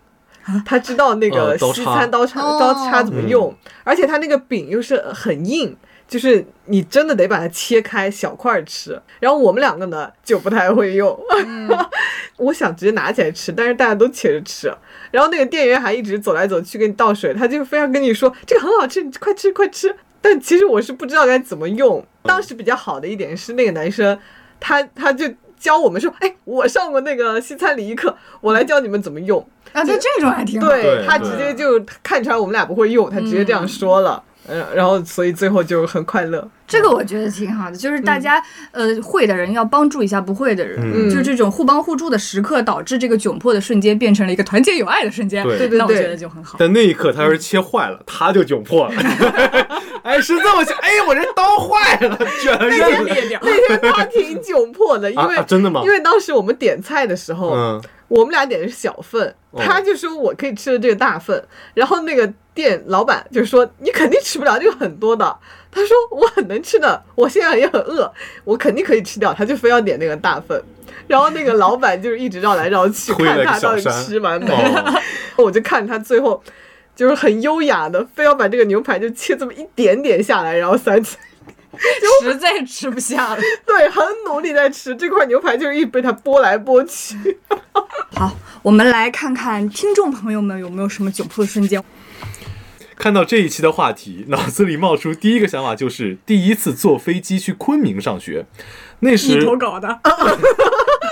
他知道那个呃刀西叉餐刀叉、啊哦刀叉怎么用，而且他那个饼又是很硬，就是你真的得把它切开小块儿吃。然后我们两个呢就不太会用， 我想直接拿起来吃，但是大家都切着吃。然后那个店员还一直走来走去给你倒水，他就非要跟你说这个很好吃，你快吃快吃。但其实我是不知道该怎么用。当时比较好的一点是那个男生，他他就教我们说，哎，我上过那个西餐礼仪课，我来教你们怎么用。啊，对这种还挺好。对对他对直接就看出来我们俩不会用，他直接这样说了。嗯，然后所以最后就很快乐。 这个我觉得挺好的，就是大家、呃会的人要帮助一下不会的人，嗯就这种互帮互助的时刻，导致这个窘迫的瞬间变成了一个团结友爱的瞬间。对对对那我对觉得就很好。但那一刻他要是切坏了，他就窘迫了。 哎，是这么想，哎，我这刀坏了，卷了刃了。裂 掉。那天他挺窘迫的，因啊为、啊真的吗因为当时我们点菜的时候，嗯，我们俩点的是小份，哦他就说我可以吃的这个大份，然后那个店老板就说你肯定吃不了这个很多的，他说我很能吃的，我现在也很饿，我肯定可以吃掉，他就非要点那个大份，然后那个老板就是一直绕来绕去 推了看个他到底小山吃完没，哦 我就看他最后就是很优雅的非要把这个牛排就切这么一点点下来，然后塞进。实在吃不下了。 对，很努力在吃这块牛排，就是一被他拨来拨去。 好，我们来看看听众朋友们有没有什么窘迫的瞬间。看到这一期的话题，脑子里冒出第一个想法就是第一次坐飞机去昆明上学，那时稿的，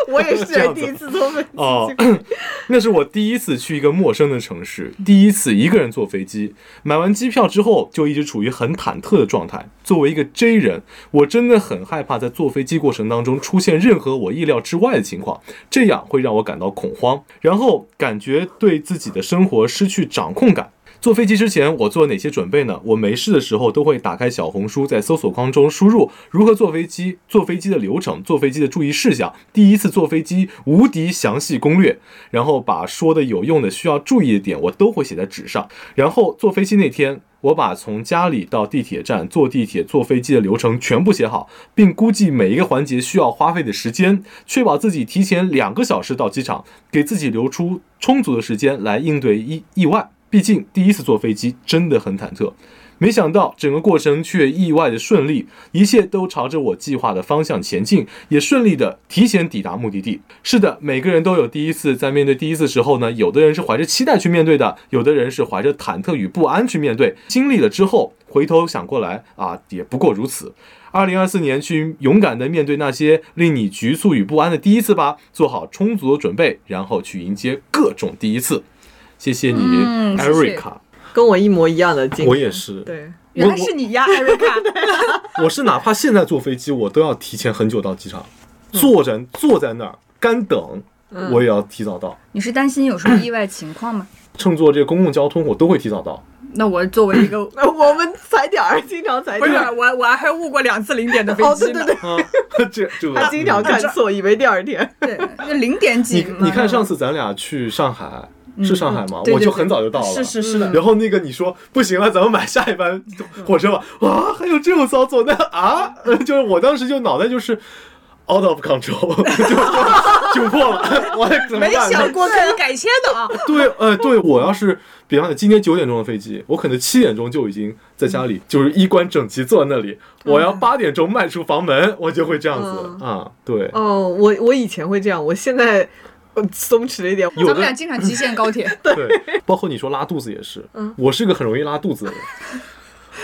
我也是这样子第一次坐飞机 哦， 那是我第一次去一个陌生的城市，第一次一个人坐飞机。买完机票之后，就一直处于很忐忑的状态。作为一个 J 人，我真的很害怕在坐飞机过程当中出现任何我意料之外的情况，这样会让我感到恐慌，然后感觉对自己的生活失去掌控感。坐飞机之前，我做哪些准备呢？我没事的时候都会打开小红书，在搜索框中输入如何坐飞机、坐飞机的流程、坐飞机的注意事项、第一次坐飞机无敌详细攻略，然后把说的有用的、需要注意的点我都会写在纸上。然后坐飞机那天，我把从家里到地铁站、坐地铁、坐飞机的流程全部写好，并估计每一个环节需要花费的时间，确保自己提前两个小时到机场，给自己留出充足的时间来应对意意外。毕竟第一次坐飞机真的很忐忑，没想到整个过程却意外的顺利，一切都朝着我计划的方向前进，也顺利的提前抵达目的地。是的，每个人都有第一次，在面对第一次时候呢，有的人是怀着期待去面对的，有的人是怀着忐忑与不安去面对。经历了之后，回头想过来啊，也不过如此。二零二四年去勇敢的面对那些令你局促与不安的第一次吧，做好充足的准备，然后去迎接各种第一次。谢谢你、嗯谢谢 Erica，跟我一模一样的经历。我也是，对，原来是你呀，艾瑞卡。 我是哪怕现在坐飞机，我都要提前很久到机场，坐着坐在那儿干等，嗯我也要提早到。你是担心有什么意外情况吗？乘坐这个公共交通，我都会提早到。那我作为一个。嗯呃我们踩点儿，经常踩不点是儿。我，我还误过两次零点的飞哦，机对呢。对对，啊， 这这嗯他经常看错，以为第二天。对那零点几你嘛嗯你看上次咱俩去上海，是上海吗？对对我就对很早就到了。嗯是是是的，然后那个你说不行了，咱们买下一班嗯火车吧。啊，还有这种操作？那啊， 就是我当时就脑袋就是 out of control，就窘迫了。我怎么没办呢？想过可以改签的啊。 对，呃，对我要是比方说今天九点钟的飞机，我可能七点钟就已经在家里，就是衣冠整齐坐在那里。我要八点钟迈出房门，我就会这样子、嗯啊。对，哦，我我以前会这样，我现在呃松弛了一点。有咱的们俩经常极限高 铁，对，包括你说拉肚子也是，我是个很容易拉肚子的人，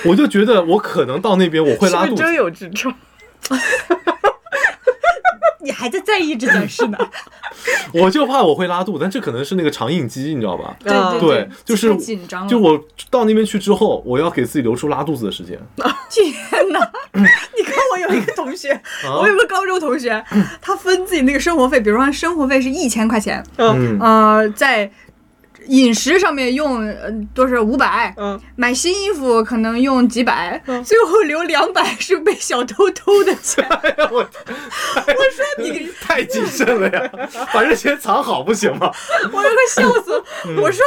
我就觉得我可能到那边我会是拉不肚是子。真有痔疮？你还在在意这件事呢？我就怕我会拉肚子，但这可能是那个肠应激，你知道吧？ 对啊对，就是太紧张了。就我到那边去之后，我要给自己留出拉肚子的时间。 天 哪！你看我有一个同学，啊我有个高中 同学，他分自己那个生活费，比如说他生活费是一千块钱，嗯嗯，呃，在饮食上面用呃多少五百，嗯，买新衣服可能用几百，嗯最后留两百是被小偷偷的钱。 哎呀 我，我说 你太谨慎了呀，把这钱藏好不行吗？我都快笑死了！我说，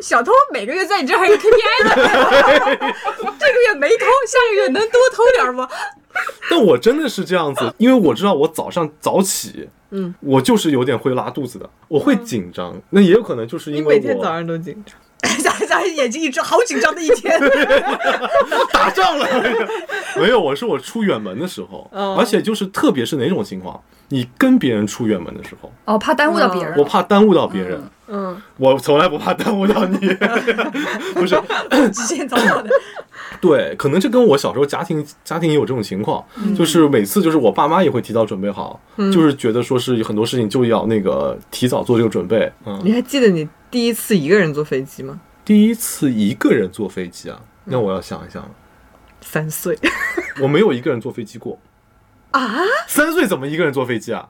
小偷每个月在你这儿还有 KPI 呢，这个月没偷，下个月能多偷点吗？ 但我真的是这样子，因为我知道我早上早起，嗯，我就是有点会拉肚子的，我会紧张。那也有可能就是你因为每我天早上都紧张，咱咱眼睛一睁，好紧张的一天。 打仗了，没有，我是我出远门的时候，哦而且就是特别是哪种情况，你跟别人出远门的时候， 哦，怕耽误到别人。我怕耽误到别人，嗯，我从来不怕耽误到 你，不是，极限早到的。对，可能这跟我小时候家庭家庭也有这种情况，嗯就是每次就是我爸妈也会提早准备好，就是觉得说是很多事情就要那个提早做这个准备。嗯，你还记得你第一次一个人坐飞机吗？第一次一个人坐飞机啊，嗯那我要想一想了，三岁，我没有一个人坐飞机过啊，三岁怎么一个人坐飞机 啊？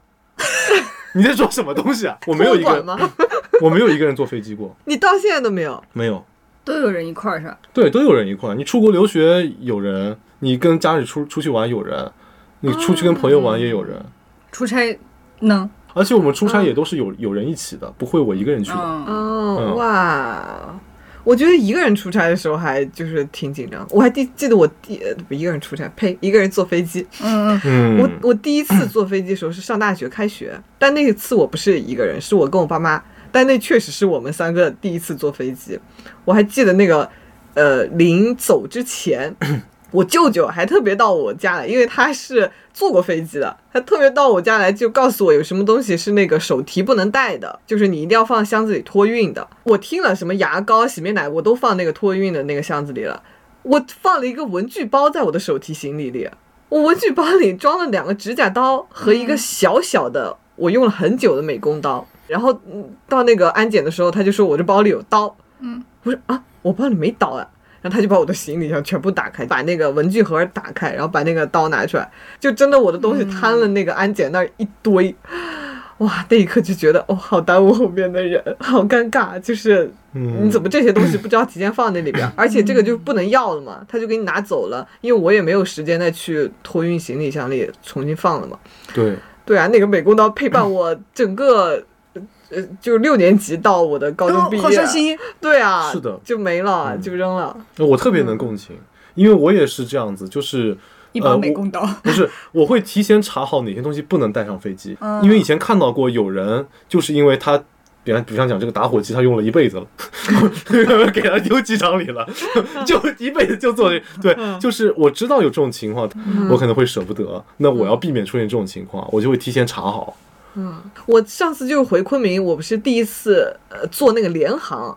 你在说什么东西啊？我没有一托个管吗？ 我没有一个人坐飞机过，你到现在都没有，没有。都有人一块儿是吧？对，都有人一块儿。你出国留学有人，你跟家里出出去玩有人，你出去跟朋友玩也有人。啊出差能，而且我们出差也都是嗯有、有人一起的，不会我一个人去的。嗯，哦嗯，哇！我觉得一个人出差的时候还就是挺紧张，我还第记得我第呃不一个人出差，呸，一个人坐飞机。嗯嗯，嗯我我第一次坐飞机的时候是上大学开学，但那次我不是一个人，是我跟我爸妈，但那确实是我们三个第一次坐飞机。我还记得那个呃，临走之前，我舅舅还特别到我家来，因为他是坐过飞机的，他特别到我家来就告诉我有什么东西是那个手提不能带的，就是你一定要放箱子里托运的。我听了什么牙膏、洗面奶，我都放那个托运的那个箱子里了。我放了一个文具包在我的手提行李里，我文具包里装了两个指甲刀和一个小小的，我用了很久的美工刀。然后嗯到那个安检的时候，他就说我这包里有刀，嗯，我说啊，我包里没刀啊。然后他就把我的行李箱全部打开，把那个文具盒打开，然后把那个刀拿出来，就真的我的东西摊了那个安检那儿一堆，哇！那一刻就觉得哦，好耽误后面的人，好尴尬，就是嗯你怎么这些东西不知道提前放那里边儿？而且这个就不能要了嘛，他就给你拿走了，因为我也没有时间再去托运行李箱里重新放了嘛。对，对啊，那个美工刀陪伴我整个，呃，就是六年级到我的高中毕哦业，好伤。心。对啊，是的就没了，嗯就扔了。我特别能共情，因为我也是这样子，就是一把呃美我工刀， 不是，我会提前查好哪些东西不能带上飞机，嗯因为以前看到过有人就是因为他。比方比方讲，这个打火机他用了一辈子了， 给他丢机场里了， 就一辈子就做这嗯对，就是我知道有这种情况，嗯我可能会舍不得，那我要避免出现这种情嗯况，我就会提前查好。我上次就是回昆明，我不是第一次呃坐那个联航，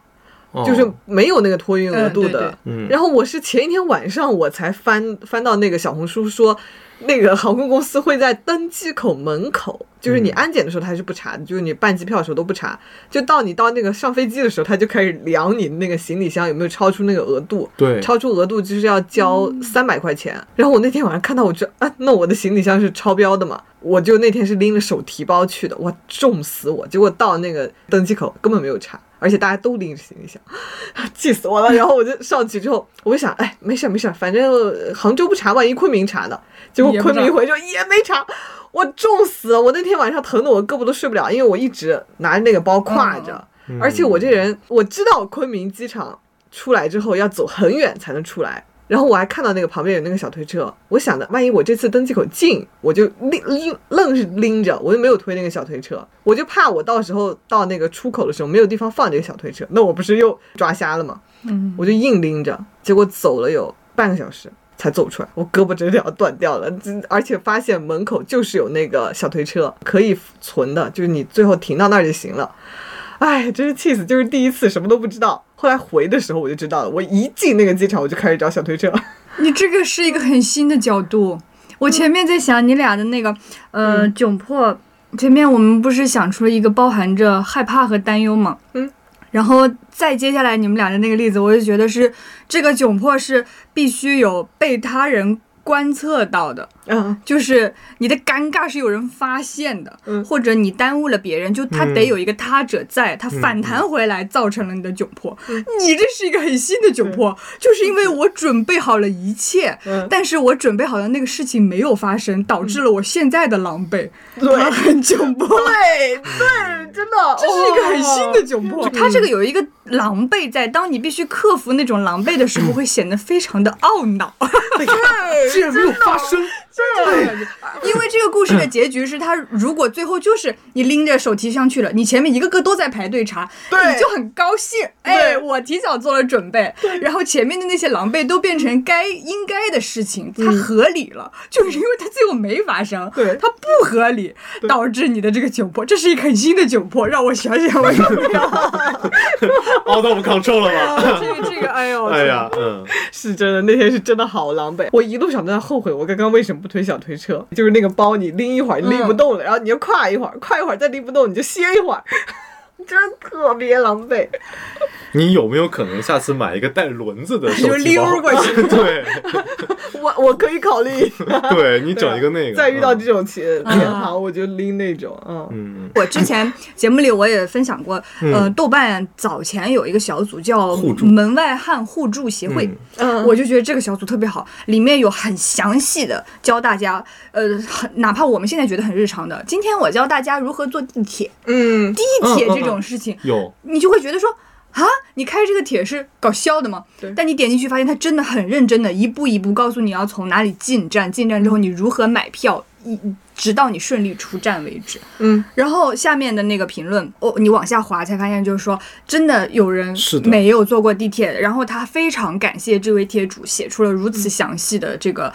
哦就是没有那个托运额度嗯对的对。嗯然后我是前一天晚上我才翻翻到那个小红书说，那个航空公司会在登机口门口，就是你嗯安检的时候他是不查的，就是你办机票的时候都不查，就到你到那个上飞机的时候，他就开始量你那个行李箱有没有超出那个额度。对，超出额度就是要交三百块钱。然后我那天晚上看到，我就啊，那我的行李箱是超标的嘛，我就那天是拎着手提包去的，哇，重死我！结果到那个登机口根本没有查，而且大家都拎着行李箱， 气死我了。然后我就上去之后，我就想，哎，没事儿没事儿，反正呃杭州不查，万一昆明查呢？结果也不昆知明道回去也没查。我重死！我那天晚上疼的我胳膊都睡不了，因为我一直拿着那个包挎着，嗯而且我这人，我知道昆明机场出来之后要走很远才能出来，然后我还看到那个旁边有那个小推车，我想的，万一我这次登机口近，我就拎拎愣是拎着，我就没有推那个小推车，我就怕我到时候到那个出口的时候没有地方放这个小推车，那我不是又抓瞎了吗？嗯，我就硬拎着，结果走了有半个小时。才走出来，我胳膊真的要断掉了，真而且发现门口就是有那个小推车可以存的，就是你最后停到那儿就行了。哎，真是气死！就是第一次什么都不知道，后来回的时候我就知道了。我一进那个机场，我就开始找小推车。你这个是一个很新的角度。我前面在想你俩的那个，呃，嗯窘迫。前面我们不是想出了一个包含着害怕和担忧嘛？嗯。然后再接下来你们俩的那个例子，我就觉得是这个窘迫是必须有被他人观测到的，嗯，就是你的尴尬是有人发现的，嗯或者你耽误了别人，就他嗯得有一个他者在，他反弹回来造成了你的窘迫。嗯你这是一个很新的窘迫，就是因为我准备好了一切，嗯但是我准备好的那个事情没有发生，导致了我现在的狼嗯狈，对他很窘 迫。对对，真的，这是一个很新的哦窘迫，他这个有一个狼狈在，当你必须克服那种狼狈的时候，会显得非常的懊恼。嗯 对，竟然没有发 生，真的，因为这个故事嗯的结局是他如果最后就是你拎着手提箱去了，你前面一个个都在排队查，对你就很高兴，对哎，我提早做了准备，然后前面的那些狼狈都变成该应该的事情，它合理了，就是因为它最后没发生，嗯对它不合理，导致你的这个窘迫，这是一个很新的窘迫，让我想想我有没有 out of control 了吧？这个这个，哎呦， 哎呀，嗯，是真的，那天是真的好狼狈。我一路上都在后悔，我刚刚为什么不推小推车？就是那个包，你拎一会儿你拎不动了，然后你就跨一会儿，跨一会儿再拎不动，你就歇一会儿， 真特别狼狈。你有没有可能下次买一个带轮子的手就提溜包？过 去。对我我可以考虑一下，对， 你整一个那个。 再遇到这嗯种情情况，我就拎那种，嗯嗯，我之前节目里我也分享过，呃，嗯豆瓣早前有一个小组叫互助门外汉互助协会。嗯嗯我就觉得这个小组特别好，里面有很详细的教大家，呃，很哪怕我们现在觉得很日常的，今天我教大家如何坐地铁，嗯，地铁嗯嗯这种嗯事情，有你就会觉得说啊，你开这个帖是搞笑的吗？对但你点进去发现，他真的很认真的，一步一步告诉你要从哪里进站，进站之后你如何买票，一直到你顺利出站为止。嗯，然后下面的那个评论，哦，你往下滑才发现，就是说真的有人是的没有坐过地铁，然后他非常感谢这位帖主写出了如此详细的这个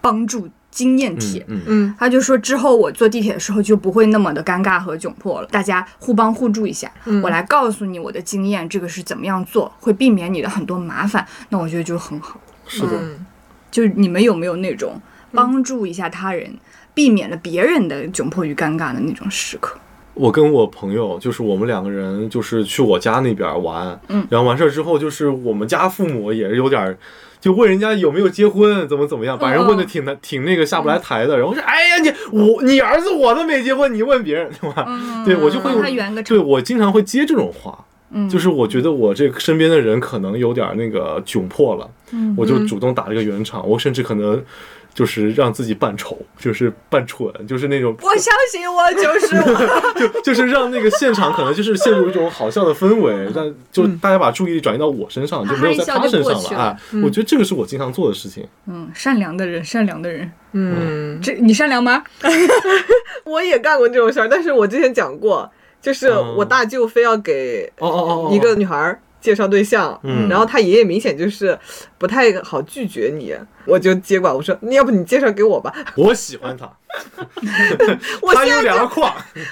帮助经验帖。嗯嗯嗯他就说之后我坐地铁的时候就不会那么的尴尬和窘迫了，大家互帮互助一下。我来告诉你我的经验，这个是怎么样做，会避免你的很多麻烦。那我觉得就很好。是的，嗯就是你们有没有那种帮助一下他人，避免了别人的窘迫与尴尬的那种时刻？我跟我朋友就是我们两个人就是去我家那边玩，嗯，然后完事儿之后就是我们家父母也是有点儿。就问人家有没有结婚，怎么怎么嗯样，把人问的挺难，挺那个下不来台的。然后说，哎呀，你我你儿子我都没结婚，你问别人对吧？对我就会帮嗯他圆个场对。我经常会接这种话，嗯就是我觉得我这个身边的人可能有点那个窘迫了，嗯我就主动打了个圆场，我甚至可能就是让自己扮丑，就是扮蠢，就是那种我相信我就是我，就就是让那个现场可能就是陷入一种好笑的氛围，让就大家把注意力转移到我身上，就没有在他身上哈哈一笑就过去了了啊。哎我觉得这个是我经常做的事情。嗯，善良的人，善良的人， 嗯。这你善良吗？我也干过这种事儿，但是我之前讲过，就是嗯我大舅非要给哦哦哦哦一个女孩儿介绍对象，嗯然后她爷爷明显就是不太好拒绝你，我就接管，我说你要不你介绍给我吧，我喜欢他，我他现有在就两个框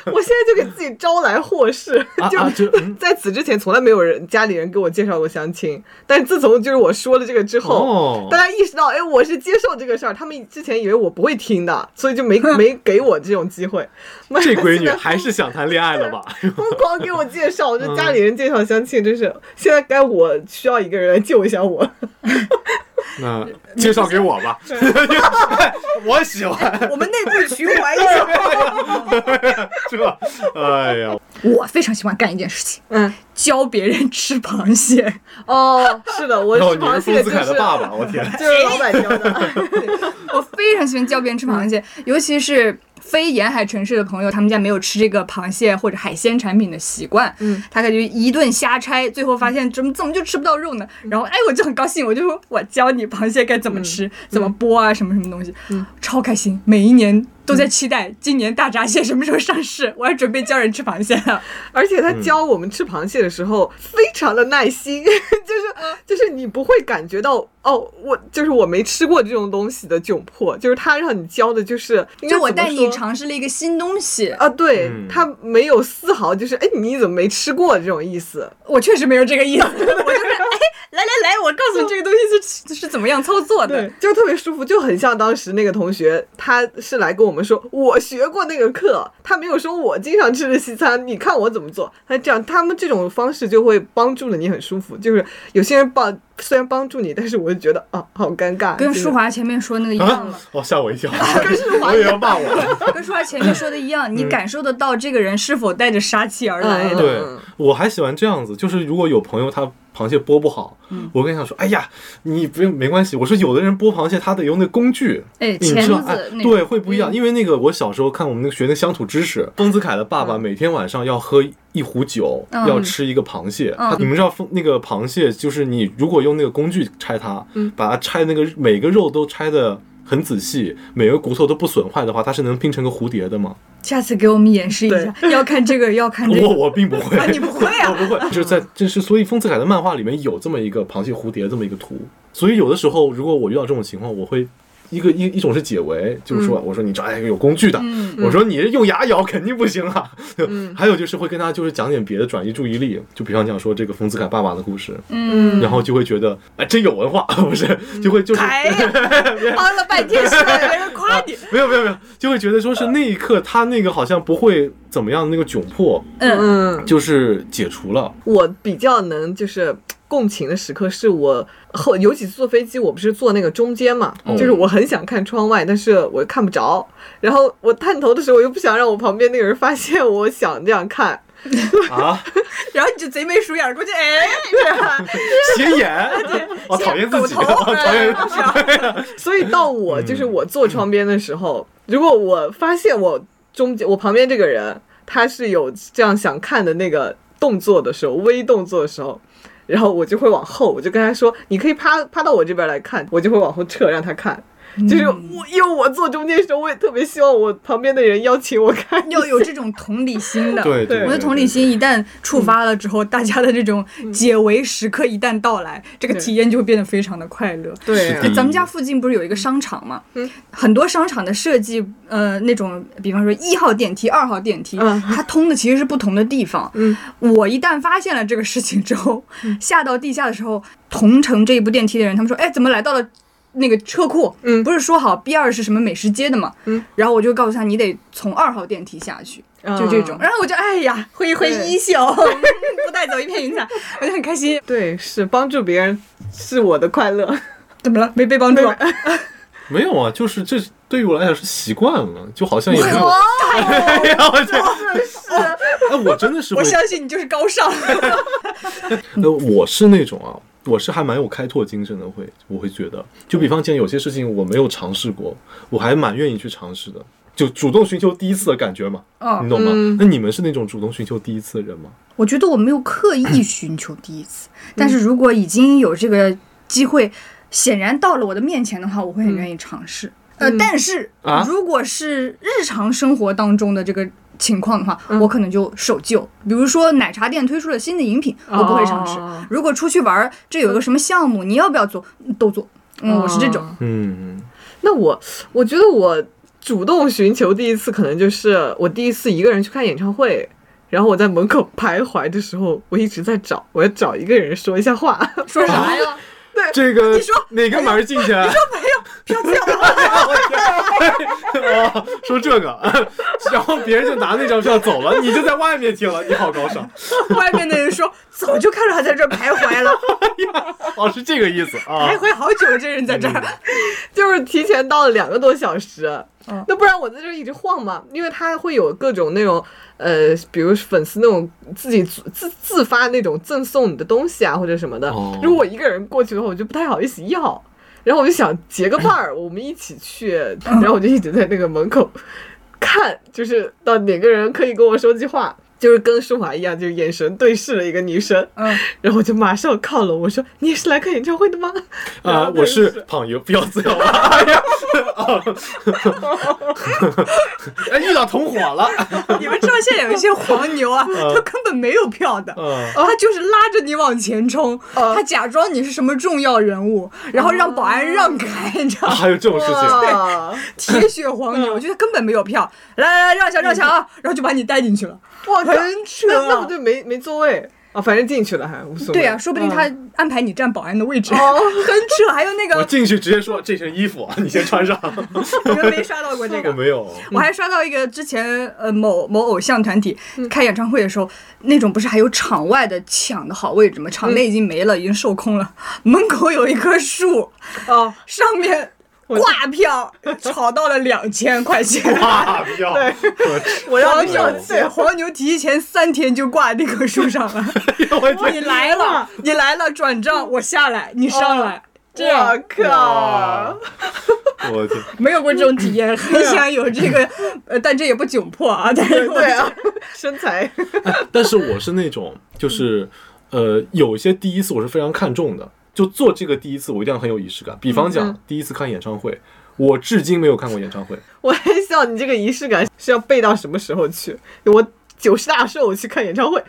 我现在就给自己招来祸事，啊 就啊，就嗯在此之前从来没有人家里人给我介绍过相亲，但是自从就是我说了这个之后。哦大，家意识到，哎，我是接受这个事儿，他们之前以为我不会听的，所以就没没给我这种机会。 这闺女还是嗯想谈恋爱了吧？疯狂给我介绍，就家里人介绍相亲，真是现在该我需要一个人来救一下我。那介绍给我吧， 我喜欢， 我们内 部循环一下。是吧？哎呀，我非常喜欢干一件事情， 嗯，教别人吃螃蟹。哦，是的，我然后吃你是螃丰蟹子就恺是的爸爸，我天， 就是老板教的，哎我非常喜欢教别人吃螃蟹，尤其是非沿海城市的朋友，他们家没有吃这个螃蟹或者海鲜产品的习惯，嗯，他感觉一顿瞎拆，最后发现怎么怎么就吃不到肉呢？然后哎，我就很高兴，我就说我教你螃蟹该怎么吃，怎么剥啊，什么什么东西，嗯超开心，每一年。都在期待今年大闸蟹什么时候上市，我要准备教人吃螃蟹了。而且他教我们吃螃蟹的时候非常的耐心， 就是就是你不会感觉到哦，我就是我没吃过这种东西的窘迫，就是他让你教的就是应该就我怎么带你说尝试了一个新东西，啊，对、嗯他没有丝毫就是哎你怎么没吃过这种意思， 我确实没有这个意思，我就是哎，来来来，我告诉你这个东西是是怎么样操作的对。，就特别舒服，就很像当时那个同学，他是来跟我们说，我学过那个课，他没有说我经常吃的西餐，你看我怎么做。他这样，他们这种方式就会帮助的你很舒服。就是有些人帮， 虽然帮助你，但是我就觉得啊，好尴尬，跟就是舒华前面说那个一样啊了，！哦，吓我一跳，我以为要骂我。跟舒华前面说的一样，嗯你感受得到这个人是否带着杀气而嗯来的。对，我还喜欢这样子，就是如果有朋友他螃蟹剥不好，我跟他说，哎呀，你不用没关系。我说有的人剥螃蟹，他得用那工具，哎，你钳知道，子哎那，对，个，嗯会不一样。因为那个我小时候看我们那个学那乡土知识，丰子恺的爸爸每天晚上要喝一壶酒，嗯要吃一个螃蟹。嗯他你们知道丰那个螃蟹，就是你如果用那个工具拆它，嗯把它拆那个每个肉都拆的。很仔细，每个骨头都不损坏的话，它是能拼成个蝴蝶的吗？下次给我们演示一下，要看这个，要看这我个。我 并不会，啊你不会 啊我不 会，就是在就是所以丰子恺的漫画里面有这么一个螃蟹蝴蝶这么一个图，所以有的时候如果我遇到这种情况，我会一个一一种是解围，就是说、我说你找哎有工具的，嗯我说你用牙咬肯定不行啊， 还有就是会跟他就是讲点别的转移注意力，就比方讲说这个丰子恺爸爸的故事，嗯，然后就会觉得哎真有文化， 不是就会就是 哎呀，帮了半天是让别人夸你。没有没有没有，就会觉得说是那一刻他那个好像不会怎么样的那个窘迫嗯，嗯，就是解除 了。我比较能就是。共情的时刻是我后，尤其是坐飞机，我不是坐那个中间嘛，哦就是我很想看窗外，但是我看不着。然后我探头的时候，我又不想让我旁边那个人发现我想这样看，啊，然后你就贼眉鼠眼儿过去，哎，是吧斜眼，我哦讨厌自己，狗头嗯我讨厌。所以到我就是我坐窗边的时候，如果我发现我中间我旁边这个人他是有这样想看的那个动作的时候，微动作的时候。然后我就会往后，我就跟他说：“你可以趴趴到我这边来看。”我就会往后撤，让他看。嗯就是我，因为我坐中间的时候，我也特别希望我旁边的人邀请我看。要有这种同理心 的。对对，我的同理心一旦嗯触发了之后，大家的这种解围时刻一旦到来，这个对体验就会变得非常的快乐。哎对是的咱们家附近不是有一个商场嘛？嗯很多商场的设计，呃，那种比方说一号电梯、二号电梯，嗯它通的其实是不同的地方。嗯我一旦发现了这个事情之后， 下到地下的时候，同乘这一部电梯的人，他们说：“哎，怎么来到了？”那个车库，嗯不是说好 B 二是什么美食街的嘛，嗯，然后我就告诉他，你得从二号电梯下去，就这种。啊然后我就哎呀，挥一挥对衣袖， 不带走一片云彩，我就很开心。对，是帮助别人是我的快乐。怎么了？没被帮助？ 没有啊，就是这对于我来讲是习惯了，就好像也 没有。哎呀，我去！哎，我真的是会我，相信你就是高尚。 呃我是那种啊，我是还蛮有开拓精神的，会我会觉得，就比方讲有些事情我没有尝试过，我还蛮愿意去尝试的，就主动寻求第一次的感觉嘛，你嗯，懂吗嗯？那你们是那种主动寻求第一次的人吗？我觉得我没有刻意寻求第一次，但是如果已经有这个机会，显然到了我的面前的话，我会很愿意尝试。呃，嗯但是啊如果是日常生活当中的这个情况的话，我可能就守旧。比如说奶茶店推出了新的饮品，我不会尝试。哦如果出去玩儿，这有一个什么项目，你要不要做？都做。嗯，我是这种。嗯，那我我觉得我主动寻求第一次，可能就是我第一次一个人去看演唱会，然后我在门口徘徊的时候，我一直在找，我要找一个人说一下话。说 啥呀？ 这个你说哪个门儿进去啊？飘飘。 哦，说这个，然后别人就拿那张票走了，你就在外面听了，你好高尚，嗯外面的人说，早就看着他在这儿徘徊了， 哦，是这个意思啊徘。徊好久，这人在这儿。就是提前到了两个多小时嗯。那不然我在这儿一直晃嘛，因为他会有各种那种呃，比如粉丝那种自己自自自发那种赠送你的东西啊或者什么的。哦如果我一个人过去的话，我就不太好意思要。然后我就想结个伴 儿，我们一起去。然后我就一直在那个门口 看，就是到哪个人可以跟我说句话，就是跟舒华一样，就是眼神对视了一个女生。嗯，然后我就马上靠拢，我说：“你也是来看演唱会的吗？”然啊、后他我就是胖友，不要自由了。哎呀，哎，遇到同伙了。嗯你们知道现在有一些黄牛啊，嗯他根本没有票的。嗯，他就是拉着你往前冲，嗯他假装你是什么重要人物，然后让保安让开，你知道啊吗？嗯还有这种事情，哇铁血黄嗯牛，就是根本没有票，来来来，让一下让一下啊，然后就把你带进去了，哇，很扯那那不对，没没座位，哦，反正进去了还无所谓。对呀、说不定他嗯安排你站保安的位置，哦 很扯。还有那我个，进去直接说这身衣服啊，你先穿上。你们没刷到过这我 个？没有，我嗯还刷到一个之前呃某某偶像团体开演唱会的时候，那种不是还有场外的抢的好位置吗？嗯场内已经没了，已经售空了，门口有一棵树，哦，上面挂票炒到了两千块钱。哇，啊不要！我我要黄你牛对黄牛提前三天就挂那棵树上了，我天 你来了，你来了，转账我下来，你上哦来，这样我靠！！我天，没有过这种体嗯验，很想有这个，呃，但这也不窘迫啊。但是我对啊，身材但是我是那种，就是呃，有一些第一次我是非常看重的，就做这个第一次我一定要很有仪式感。比方讲，第一次看演唱会，我至今没有看过演唱会，我很笑，你这个仪式感是要背到什么时候去？我九十大寿我去看演唱会，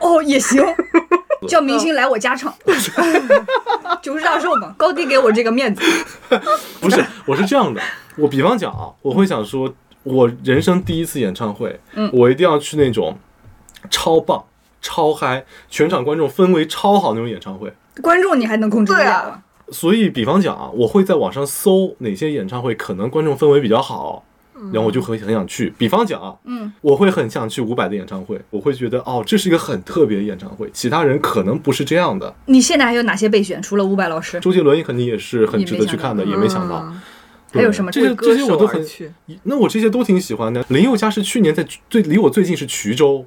哦，也 行，叫明星来我家唱，九十大寿嘛，高低给我这个面子。不是，我是这样的，我比方讲啊，我会想说，我人生第一次演唱会，我一定要去那种超棒、超嗨，全场观众氛围超好那种演唱会。观众你还能控制得对了啊啊？所以，比方讲啊，我会在网上搜哪些演唱会可能观众氛围比较好，然后我就很很想去。比方讲啊，嗯，我会很想去伍佰的演唱会，我会觉得哦，这是一个很特别的演唱会，其他人可能不是这样的。你现在还有哪些备选？除了伍佰老师，周杰伦也肯定也是很值得去看的，也也没想到。对还有什么这些这为歌些手我都而很去，那我这些都挺喜欢的。林宥嘉是去年在最离我最近是衢州，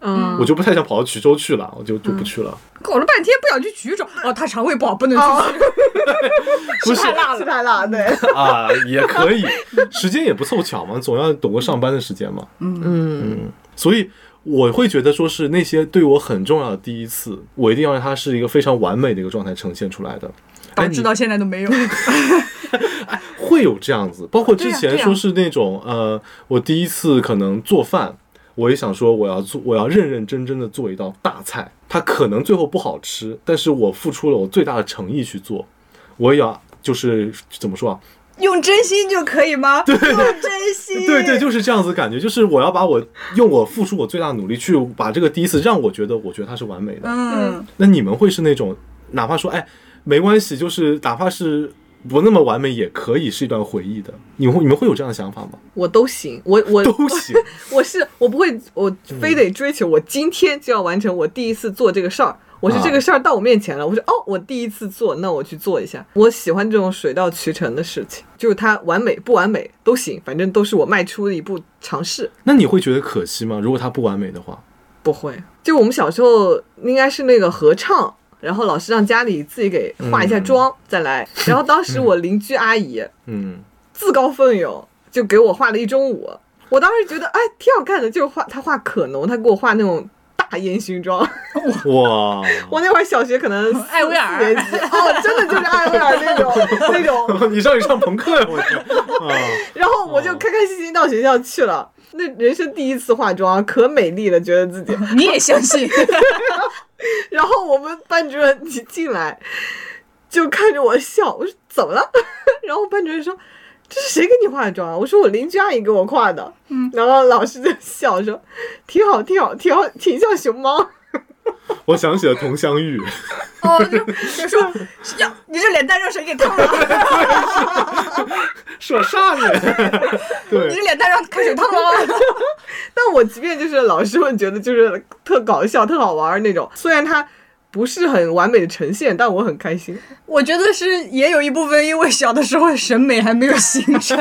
嗯我就不太想跑到衢州去了，我就就不去了。搞了半天不想去衢州。哦，他肠胃不好，不能哦去。不是太辣了，太辣，对， 啊，也可以，时间也不凑巧嘛，总要懂个上班的时间嘛。嗯，所以我会觉得说是那些对我很重要的第一次，我一定要让它是一个非常完美的一个状态呈现出来的。哎导致到现在都 没有。会有这样子，包括之对呀啊前对呀说是那种、呃，我第一次可能做饭，我也想说我要做，我要认认真真的做一道大菜，它可能最后不好吃，但是我付出了我最大的诚意去做，我也要就是怎么说啊？用真心就可以吗？用真心。对对，就是这样子感觉，就是我要把我用我付出我最大努力去把这个第一次让我觉得我觉得它是完美的，嗯，那你们会是那种，哪怕说哎没关系，就是哪怕是不那么完美，也可以是一段回忆的。你们会你们会有这样的想法 吗？我都行，我我都行，我是我不会，我非得追求我今天就要完成我第一次做这个事儿。我是这个事儿到我面前了，我说哦，我第一次做，那我去做一下。我喜欢这种水到渠成的事情，就是它完美不完美都行，反正都是我迈出的一步尝试。那你会觉得可惜吗？如果它不完美的话，不会，就我们小时候应该是那个合唱，然后老师让家里自己给化一下妆、再来。然后当时我邻居阿姨嗯，自告奋勇就给我画了一中午。我当时觉得哎挺好看的，就是画她画可浓，她给我画那种大烟熏妆。 哇，我那会儿小学可嗯能艾薇儿四年级，哦，真的就是艾薇儿那种那种。你上你上朋克呀，我 天啊！然后我就开开心心到学校去了，那人生第一次化妆，可美丽了，觉得自己。你也 相信？然后我们班主任一进来，就看着我笑，我说怎么了？ 然后班主任说。这是谁给你化的妆啊？我说我邻居阿姨给我化的，嗯然后老师就笑说，挺好，挺好，挺好，挺像熊猫。 我想起了佟湘玉，哦，就 就说呀，你这脸蛋让谁给烫了？说啥呢？ 你 对这，脸蛋让开水烫了？啊但我即便就是老师们觉得就是特搞笑、特好玩儿那种，虽然它不是很完美的呈现，但我很开心。 我觉得是也有一部分，因为小的时候审美还没有形成。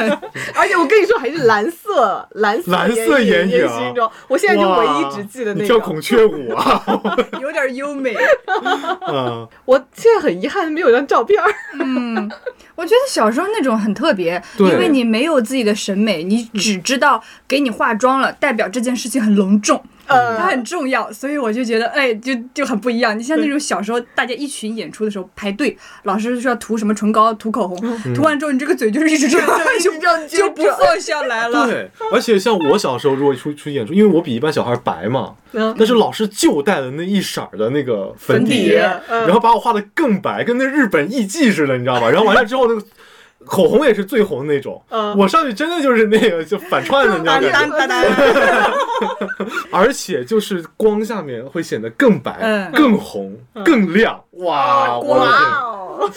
而且我跟你说，还是蓝色、蓝色、蓝色眼影眼心中，我现在就唯一只记得哇你那跳个。孔雀舞啊！ 有点优美。啊，我现在很遗憾没有张照片儿。嗯， 我觉得小时候那种很特别，对因为你没有自己的审美，你只知道给你化妆了，代表这件事情很隆重，嗯它呃，很重要，所以我就觉得，哎，就就很不一样。你像那种小时候大家一群演出的时候排队，老师说要涂什么唇膏、涂口红，涂完之后你这个嘴就是一直这样， 就这样就不放下来了。对，而且像我小时候，如果出去演出，因为我比一般小孩白嘛，嗯但是老师就带了那一色儿的那个粉粉底，底嗯然后把我画的更白，跟那日本艺妓似的，你知道吧？然后完了之后，那个口红也是最红的那种。嗯我上去真的就是那个就反串的，你知 道当吗？当当当，而且就是光下面会显得更白、嗯更红、更亮。哇，我的哇天！哦！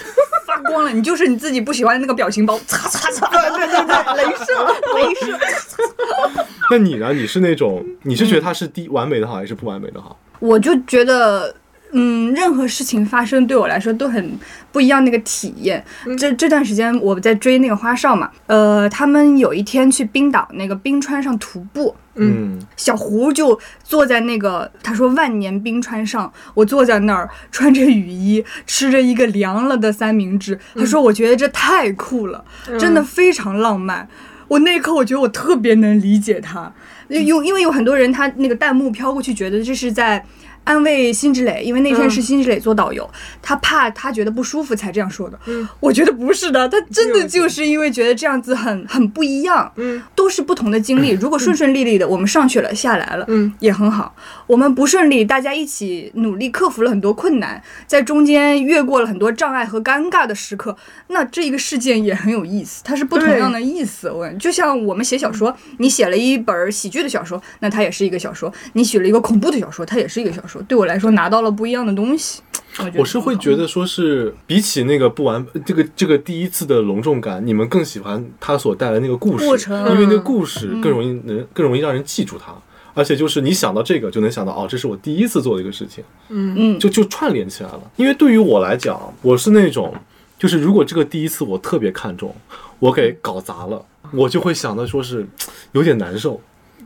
发光了，你就是你自己不喜欢的那个表情包，擦擦擦。对对对对， 镭射镭射，那你呢？你是那种你是觉得它是第完美的好还是不完美的好？我就觉得，嗯，任何事情发生对我来说都很不一样那个体验。这这段时间我在追那个花少嘛，呃，他们有一天去冰岛那个冰川上徒步，嗯，小胡就坐在那个他说万年冰川上，我坐在那儿穿着雨衣，吃着一个凉了的三明治。他说我觉得这太酷了，真的非常浪漫。我那一刻我觉得我特别能理解他，因因因为有很多人他那个弹幕飘过去，觉得这是在。安慰辛芷蕾，因为那天嗯是辛芷蕾做导游，他怕他觉得不舒服才这样说的。嗯我觉得不是的，他真的这样就是因为觉得这样子很很不一样。嗯都是不同的经历。如果顺顺利利的，我们上去了，下来了，嗯，也很好。我们不顺利，大家一起努力克服了很多困难，在中间越过了很多障碍和尴尬的时刻，那这一个事件也很有意思，它是不同样的意思。我感觉就像我们写小说，你写了一本喜剧的小说，那它也是一个小说；你写了一个恐怖的小说，它也是一个小说。对我来说，拿到了不一样的东西。我觉得嗯我是会觉得说是比起那个不完这个这个第一次的隆重感，你们更喜欢它所带来的那个故事，过程嗯因为那个故事更容易能、更容易让人记住它。而且就是你想到这个，就能想到哦，这是我第一次做的一个事情，嗯，就就串联起来了。因为对于我来讲，我是那种，就是如果这个第一次我特别看重，我给搞砸了，我就会想到说是有点难受。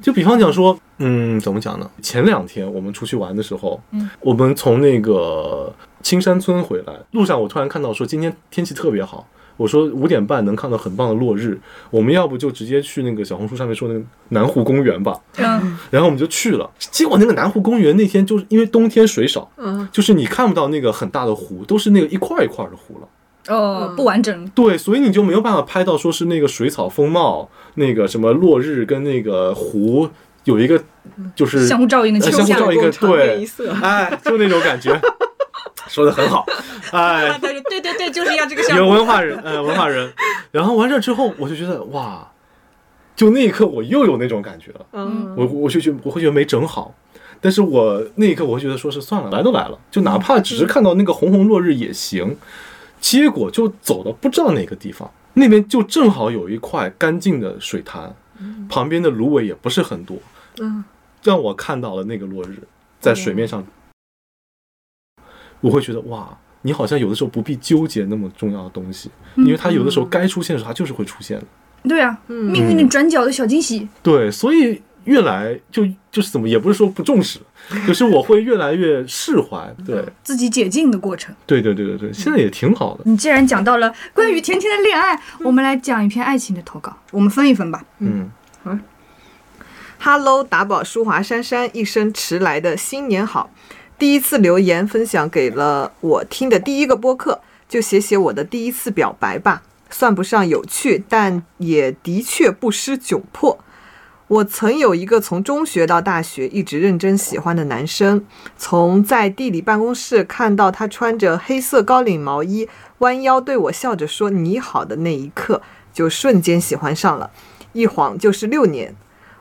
就比方讲说，嗯，怎么讲呢？前两天我们出去玩的时候，嗯，我们从那个青山村回来，路上我突然看到说今天天气特别好，我说五点半能看到很棒的落日，我们要不就直接去那个小红书上面说那个南湖公园吧，嗯然后我们就去了。结果那个南湖公园那天就是因为冬天水少，嗯，就是你看不到那个很大的湖，都是那个一块一块的湖了。哦，不完整，对，所以你就没有办法拍到说是那个水草丰茂，那个什么落日跟那个湖有一个就是相互照应的呃情相互况照下应的秋夏共长夜对一色，哎，就那种感觉，说的很好，哎，啊对对对对，就是要这个效有果。文化人，呃，文化人。然后完事儿之后，我就觉得哇，就那一刻我又有那种感觉了。嗯我我就觉我会觉得没整好，但是我那一刻我会觉得说是算了，来都来了，就哪怕只是看到那个红红落日也行。结果就走到不知道哪个地方，那边就正好有一块干净的水潭，旁边的芦苇也不是很多，嗯，让我看到了那个落日在水面上，我会觉得哇，你好像有的时候不必纠结那么重要的东西，因为它有的时候该出现的时候它就是会出现的。嗯对啊，嗯命运的转角的小惊喜。对，所以越来就就是怎么，也不是说不重视，就是我会越来越释怀。对，自己解禁的过程。对对对对对，现在也挺好的。你既然讲到了关于甜甜的恋爱，我们来讲一篇爱情的投稿，我们分一分吧。嗯， Hello，打宝舒华珊珊一声迟来的新年好。第一次留言分享给了我听的第一个播客，就写写我的第一次表白吧，算不上有趣，但也的确不失窘迫。我曾有一个从中学到大学一直认真喜欢的男生，从在地理办公室看到他穿着黑色高领毛衣，弯腰对我笑着说“你好”的那一刻，就瞬间喜欢上了，一晃就是六年。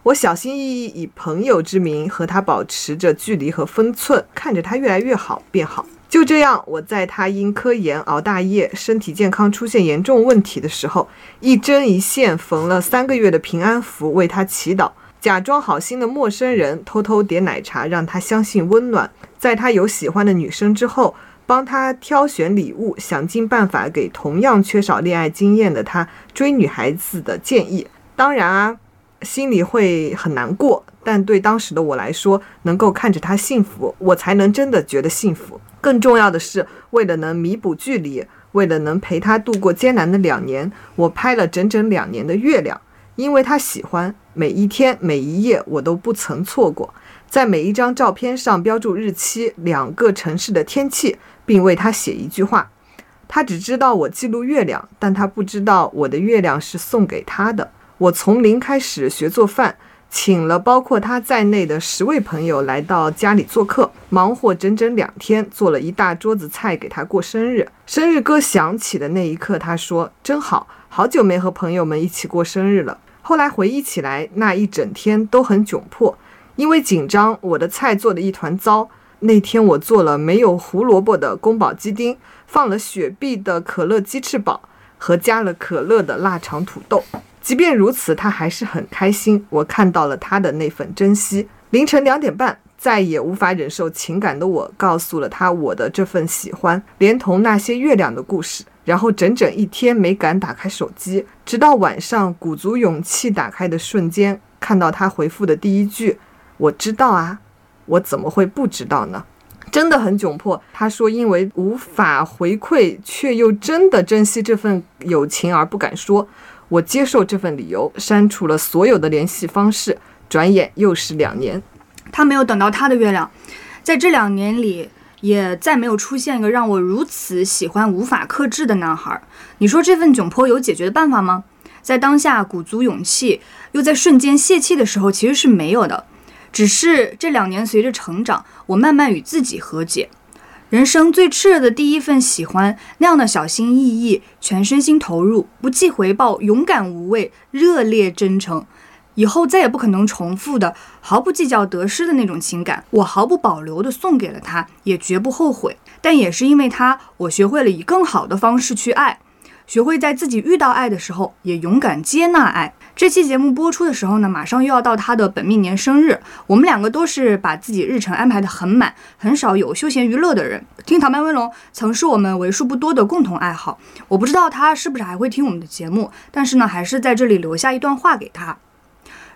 我小心翼翼以朋友之名和他保持着距离和分寸，看着他越来越好变好。就这样，我在他因科研熬大夜、身体健康出现严重问题的时候，一针一线缝了三个月的平安符，为他祈祷。假装好心的陌生人偷偷点奶茶，让他相信温暖。在他有喜欢的女生之后，帮他挑选礼物，想尽办法给同样缺少恋爱经验的他追女孩子的建议。当然啊，心里会很难过，但对当时的我来说，能够看着他幸福，我才能真的觉得幸福。更重要的是，为了能弥补距离，为了能陪他度过艰难的两年，我拍了整整两年的月亮，因为他喜欢，每一天每一夜我都不曾错过，在每一张照片上标注日期、两个城市的天气，并为他写一句话。他只知道我记录月亮，但他不知道我的月亮是送给他的。我从零开始学做饭，请了包括他在内的十位朋友来到家里做客，忙活整整两天，做了一大桌子菜给他过生日。生日歌响起的那一刻，他说：“真好，好久没和朋友们一起过生日了。”后来回忆起来，那一整天都很窘迫，因为紧张，我的菜做的一团糟。那天我做了没有胡萝卜的宫保鸡丁，放了雪碧的可乐鸡翅膀和加了可乐的腊肠土豆。即便如此，他还是很开心。我看到了他的那份珍惜。凌晨两点半，再也无法忍受情感的我，告诉了他我的这份喜欢，连同那些月亮的故事。然后整整一天没敢打开手机，直到晚上鼓足勇气打开的瞬间，看到他回复的第一句：“我知道啊。”我怎么会不知道呢？真的很窘迫。他说，因为无法回馈，却又真的珍惜这份友情而不敢说。我接受这份理由，删除了所有的联系方式。转眼又是两年，他没有等到他的月亮，在这两年里。也再没有出现一个让我如此喜欢、无法克制的男孩。你说这份窘迫有解决的办法吗？在当下鼓足勇气，又在瞬间泄气的时候，其实是没有的。只是这两年随着成长，我慢慢与自己和解。人生最炽热的第一份喜欢，那样的小心翼翼、全身心投入、不计回报、勇敢无畏、热烈真诚，以后再也不可能重复的、毫不计较得失的那种情感，我毫不保留的送给了他，也绝不后悔。但也是因为他，我学会了以更好的方式去爱，学会在自己遇到爱的时候，也勇敢接纳爱。这期节目播出的时候呢，马上又要到他的本命年生日，我们两个都是把自己日程安排得很满，很少有休闲娱乐的人。听《荞麦威龙》曾是我们为数不多的共同爱好。我不知道他是不是还会听我们的节目，但是呢，还是在这里留下一段话给他。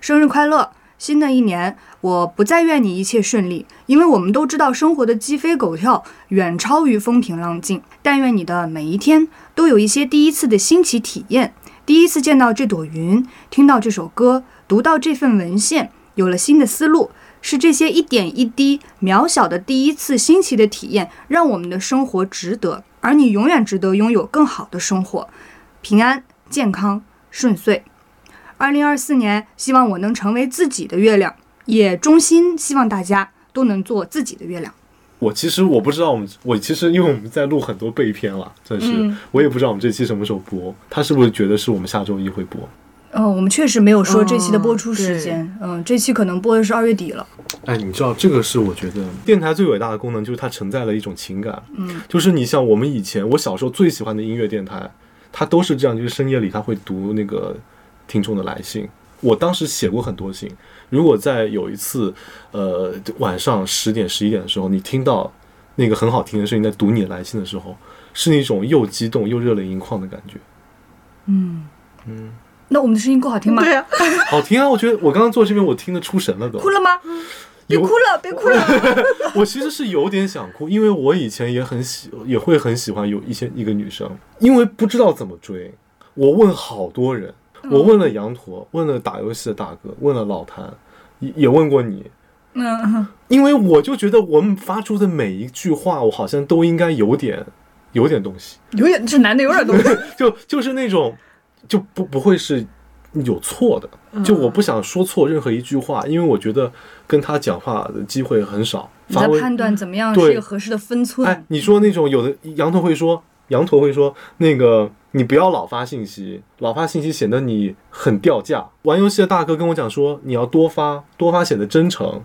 生日快乐！新的一年，我不再愿你一切顺利，因为我们都知道生活的鸡飞狗跳远超于风平浪静。但愿你的每一天都有一些第一次的新奇体验，第一次见到这朵云，听到这首歌，读到这份文献，有了新的思路。是这些一点一滴渺小的第一次新奇的体验，让我们的生活值得，而你永远值得拥有更好的生活，平安、健康、顺遂。二零二四年，希望我能成为自己的月亮，也衷心希望大家都能做自己的月亮。我其实我不知道我们，我其实因为我们在录很多备片了，真是、嗯我也不知道我们这期什么时候播。他是不是觉得是我们下周一会播？嗯，我们确实没有说这期的播出哦时间，嗯，这期可能播的是二月底了。哎，你知道这个是我觉得电台最伟大的功能，就是它承载了一种情感。嗯，就是你像我们以前，我小时候最喜欢的音乐电台，它都是这样，就是深夜里它会读那个听众的来信。我当时写过很多信，如果在有一次，呃，晚上十点十一点的时候，你听到那个很好听的声音在读你的来信的时候，是那种又激动又热泪盈眶的感觉。那我们的声音够好听吗？对啊，好听啊！我觉得我刚刚做这边，我听得出神了都。哭了吗？别有哭了，别哭 了。我其实是有点想哭，因为我以前也很喜，也会很喜欢有一些一个女生，因为不知道怎么追，我问好多人，嗯我问了羊驼，问了打游戏的大哥，问了老谭，也也问过你，嗯，因为我就觉得我们发出的每一句话，我好像都应该有点有点东西，有点这男的有点东西。就就是那种就不不会是有错嗯的，就我不想说错任何一句话，因为我觉得跟他讲话的机会很少，你 发在挥判断怎么样对是一个合适的分哎寸，？你说那种有的羊驼会说，羊驼会说那个你不要老发信息，老发信息显得你很掉价。玩游戏的大哥跟我讲说，你要多发，多发显得真诚。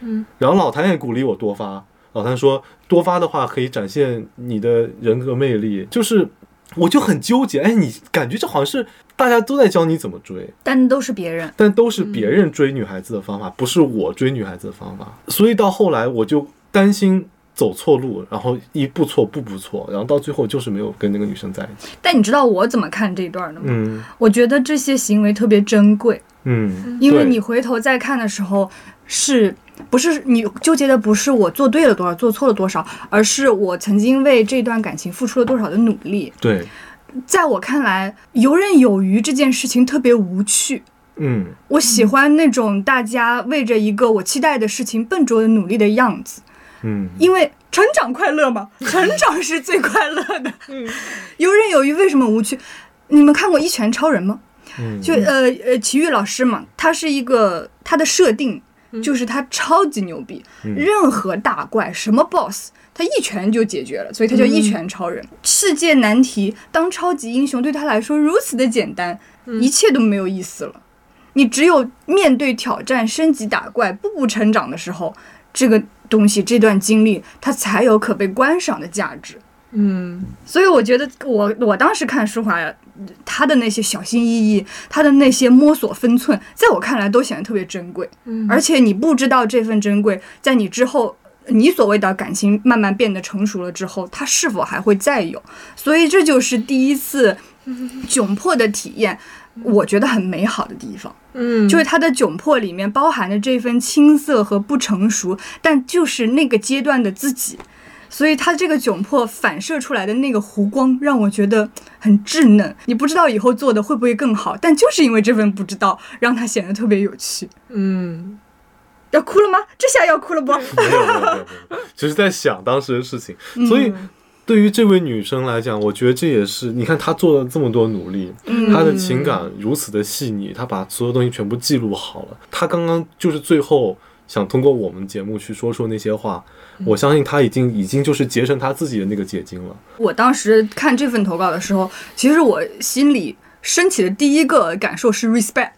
嗯，然后老谭也鼓励我多发，老谭说多发的话可以展现你的人格魅力，就是。我就很纠结，哎，你感觉这好像是大家都在教你怎么追，但都是别人。但都是别人追女孩子的方法，不是我追女孩子的方法。所以到后来，我就担心走错路，然后一步错步步错，然后到最后就是没有跟那个女生在一起。但你知道我怎么看这一段的吗？嗯我觉得这些行为特别珍贵，嗯，因为对你回头再看的时候，是不是你纠结的不是我做对了多少，做错了多少，而是我曾经为这段感情付出了多少的努力？对，在我看来，游刃有余这件事情特别无趣。嗯我喜欢那种大家为着一个我期待的事情笨拙的努力的样子，嗯，因为成长快乐嘛，成长是最快乐的。游刃有余为什么无趣？你们看过《一拳超人》吗？嗯就呃呃，齐豫老师嘛，他是一个它的设定就是它超级牛逼，任何大怪什么 BOSS。他一拳就解决了，所以他叫一拳超人。世界难题当超级英雄对他来说如此的简单，一切都没有意思了。你只有面对挑战、升级、打怪、步步成长的时候，这个东西、这段经历，它才有可被观赏的价值。嗯，所以我觉得我，我当时看舒华，他的那些小心翼翼，他的那些摸索分寸，在我看来都显得特别珍贵。嗯而且你不知道这份珍贵，在你之后，你所谓的感情慢慢变得成熟了之后，它是否还会再有？所以这就是第一次窘迫的体验，我觉得很美好的地方。嗯，就是他的窘迫里面包含着这份青涩和不成熟，但就是那个阶段的自己，所以他这个窘迫反射出来的那个弧光，让我觉得很稚嫩。你不知道以后做的会不会更好，但就是因为这份不知道，让他显得特别有趣。嗯要哭了吗？这下要哭了不？ 没有没有没有没有，只是在想当时的事情。所以对于这位女生来讲，我觉得这也是你看她做了这么多努力，她的情感如此的细腻，她把所有东西全部记录好了。她刚刚就是最后想通过我们节目去说出那些话，我相信她已经已经就是节省她自己的那个结晶了。我当时看这份投稿的时候，其实我心里升起的第一个感受是 respect。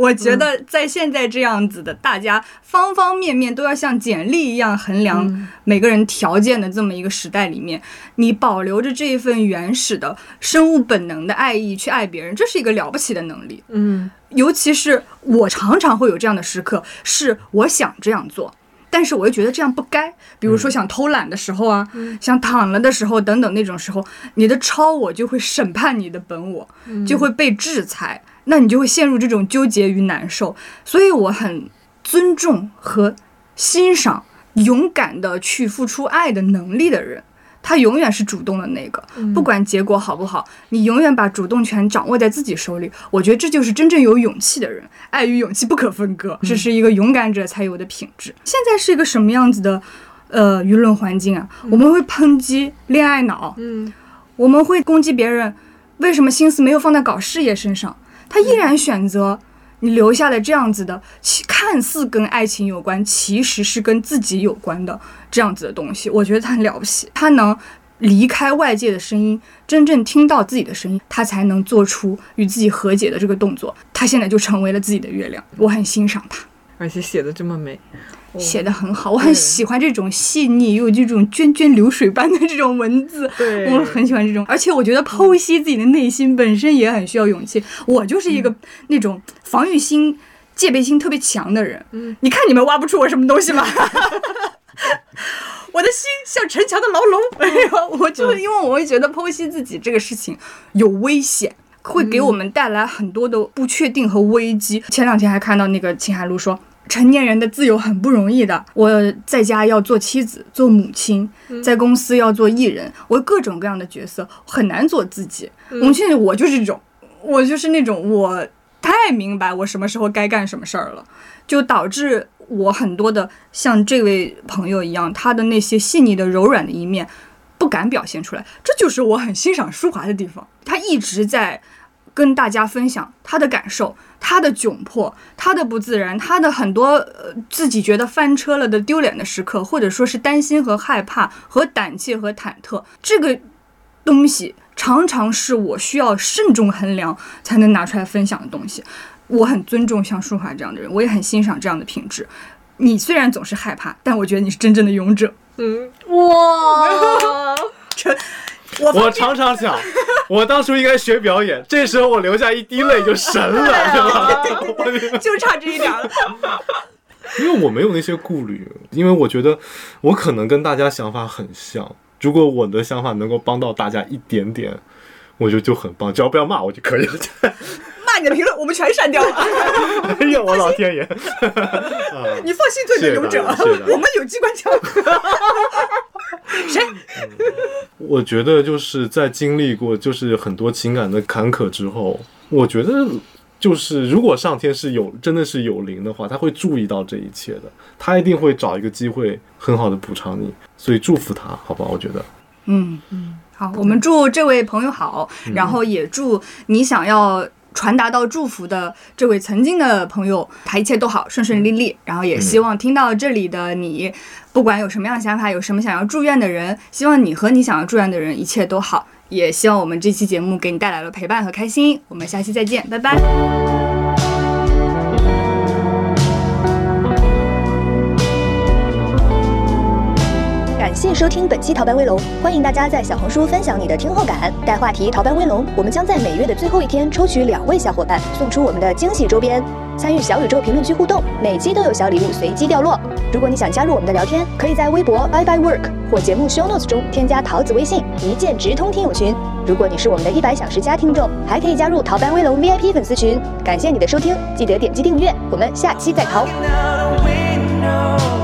我 觉得在现在这样子的，大家方方面面都要像简历一样衡量每个人条件的这么一个时代里面，你保留着这一份原始的生物本能的爱意去爱别人，这是一个了不起的能力。嗯尤其是我常常会有这样的时刻，是我想这样做，但是我又觉得这样不该。比如说想偷懒的时候啊，想躺了的时候等等那种时候，你的超我就会审判你的本我，就会被制裁，那你就会陷入这种纠结与难受。所以我很尊重和欣赏勇敢的去付出爱的能力的人。他永远是主动的那个，不管结果好不好，你永远把主动权掌握在自己手里。我觉得这就是真正有勇气的人，爱与勇气不可分割，这是一个勇敢者才有的品质。现在是一个什么样子的，呃，舆论环境啊？我们会抨击恋爱脑，嗯我们会攻击别人为什么心思没有放在搞事业身上，他依然选择你留下了这样子的，其看似跟爱情有关，其实是跟自己有关的这样子的东西，我觉得他很了不起，他能。离开外界的声音，真正听到自己的声音，他才能做出与自己和解的这个动作。他现在就成为了自己的月亮，我很欣赏他。而且写的这么美，写的很好，我很喜欢这种细腻又有这种涓涓流水般的这种文字，对我很喜欢这种。而且我觉得剖析自己的内心本身也很需要勇气。我就是一个那种防御心、戒备心特别强的人。嗯，你看你们挖不出我什么东西吗？我的心像城墙的牢笼， 哎呀，我就因为我会觉得剖析自己这个事情有危险。会给我们带来很多的不确定和危机。前两天还看到那个秦海璐说，成年人的自由很不容易的。我在家要做妻子、做母亲，在公司要做艺人，我各种各样的角色很难做自己。我现在我就是这种，我就是那种我太明白我什么时候该干什么事儿了，就导致我很多的像这位朋友一样，他的那些细腻的、柔软的一面。不敢表现出来，这就是我很欣赏舒华的地方。他一直在跟大家分享他的感受、他的窘迫、他的不自然、他的很多呃自己觉得翻车了的丢脸的时刻，或者说是担心和害怕和胆怯和忐忑，这个东西常常是我需要慎重衡量才能拿出来分享的东西。我很尊重像舒华这样的人，我也很欣赏这样的品质。你虽然总是害怕，但我觉得你是真正的勇者。嗯哇，我我常常想，我当初应该学表演，这时候我流下一滴泪就神了，对吧？就差这一点了。因为我没有那些顾虑，因为我觉得我可能跟大家想法很像。如果我的想法能够帮到大家一点点，我觉得就很棒，只要不要骂我就可以了。 骂你的评论我们全删掉了。哎呀，我老天爷！ 啊，你放心做你的勇者，是的是的 我们有机关枪。谁？我觉得就是在经历过就是很多情感的坎坷之后，我觉得就是如果上天是有真的是有灵的话，他会注意到这一切的，他一定会找一个机会很好的补偿你，所以祝福他，好吧？我觉得，嗯嗯，好，我们祝这位朋友好，然后也祝你想要。传达到祝福的这位曾经的朋友，他一切都好，顺顺利利。然后也希望听到这里的你，不管有什么样的想法，有什么想要祝愿的人，希望你和你想要祝愿的人一切都好。也希望我们这期节目给你带来了陪伴和开心。我们下期再见，拜拜。感谢收听本期《逃班威龙》，欢迎大家在小红书分享你的听后感，带话题“逃班威龙”，我们将在每月的最后一天抽取两位小伙伴，送出我们的惊喜周边。参与小宇宙评论区互动，每期都有小礼物随机掉落。如果你想加入我们的聊天，可以在微博 Bye Bye Work 或节目 Show Notes 中添加桃子微信，一键直通听友群。如果你是我们的一百小时加听众，还可以加入逃班威龙 VIP 粉丝群。感谢你的收听，记得点击订阅，我们下期再逃。 Looking out a window.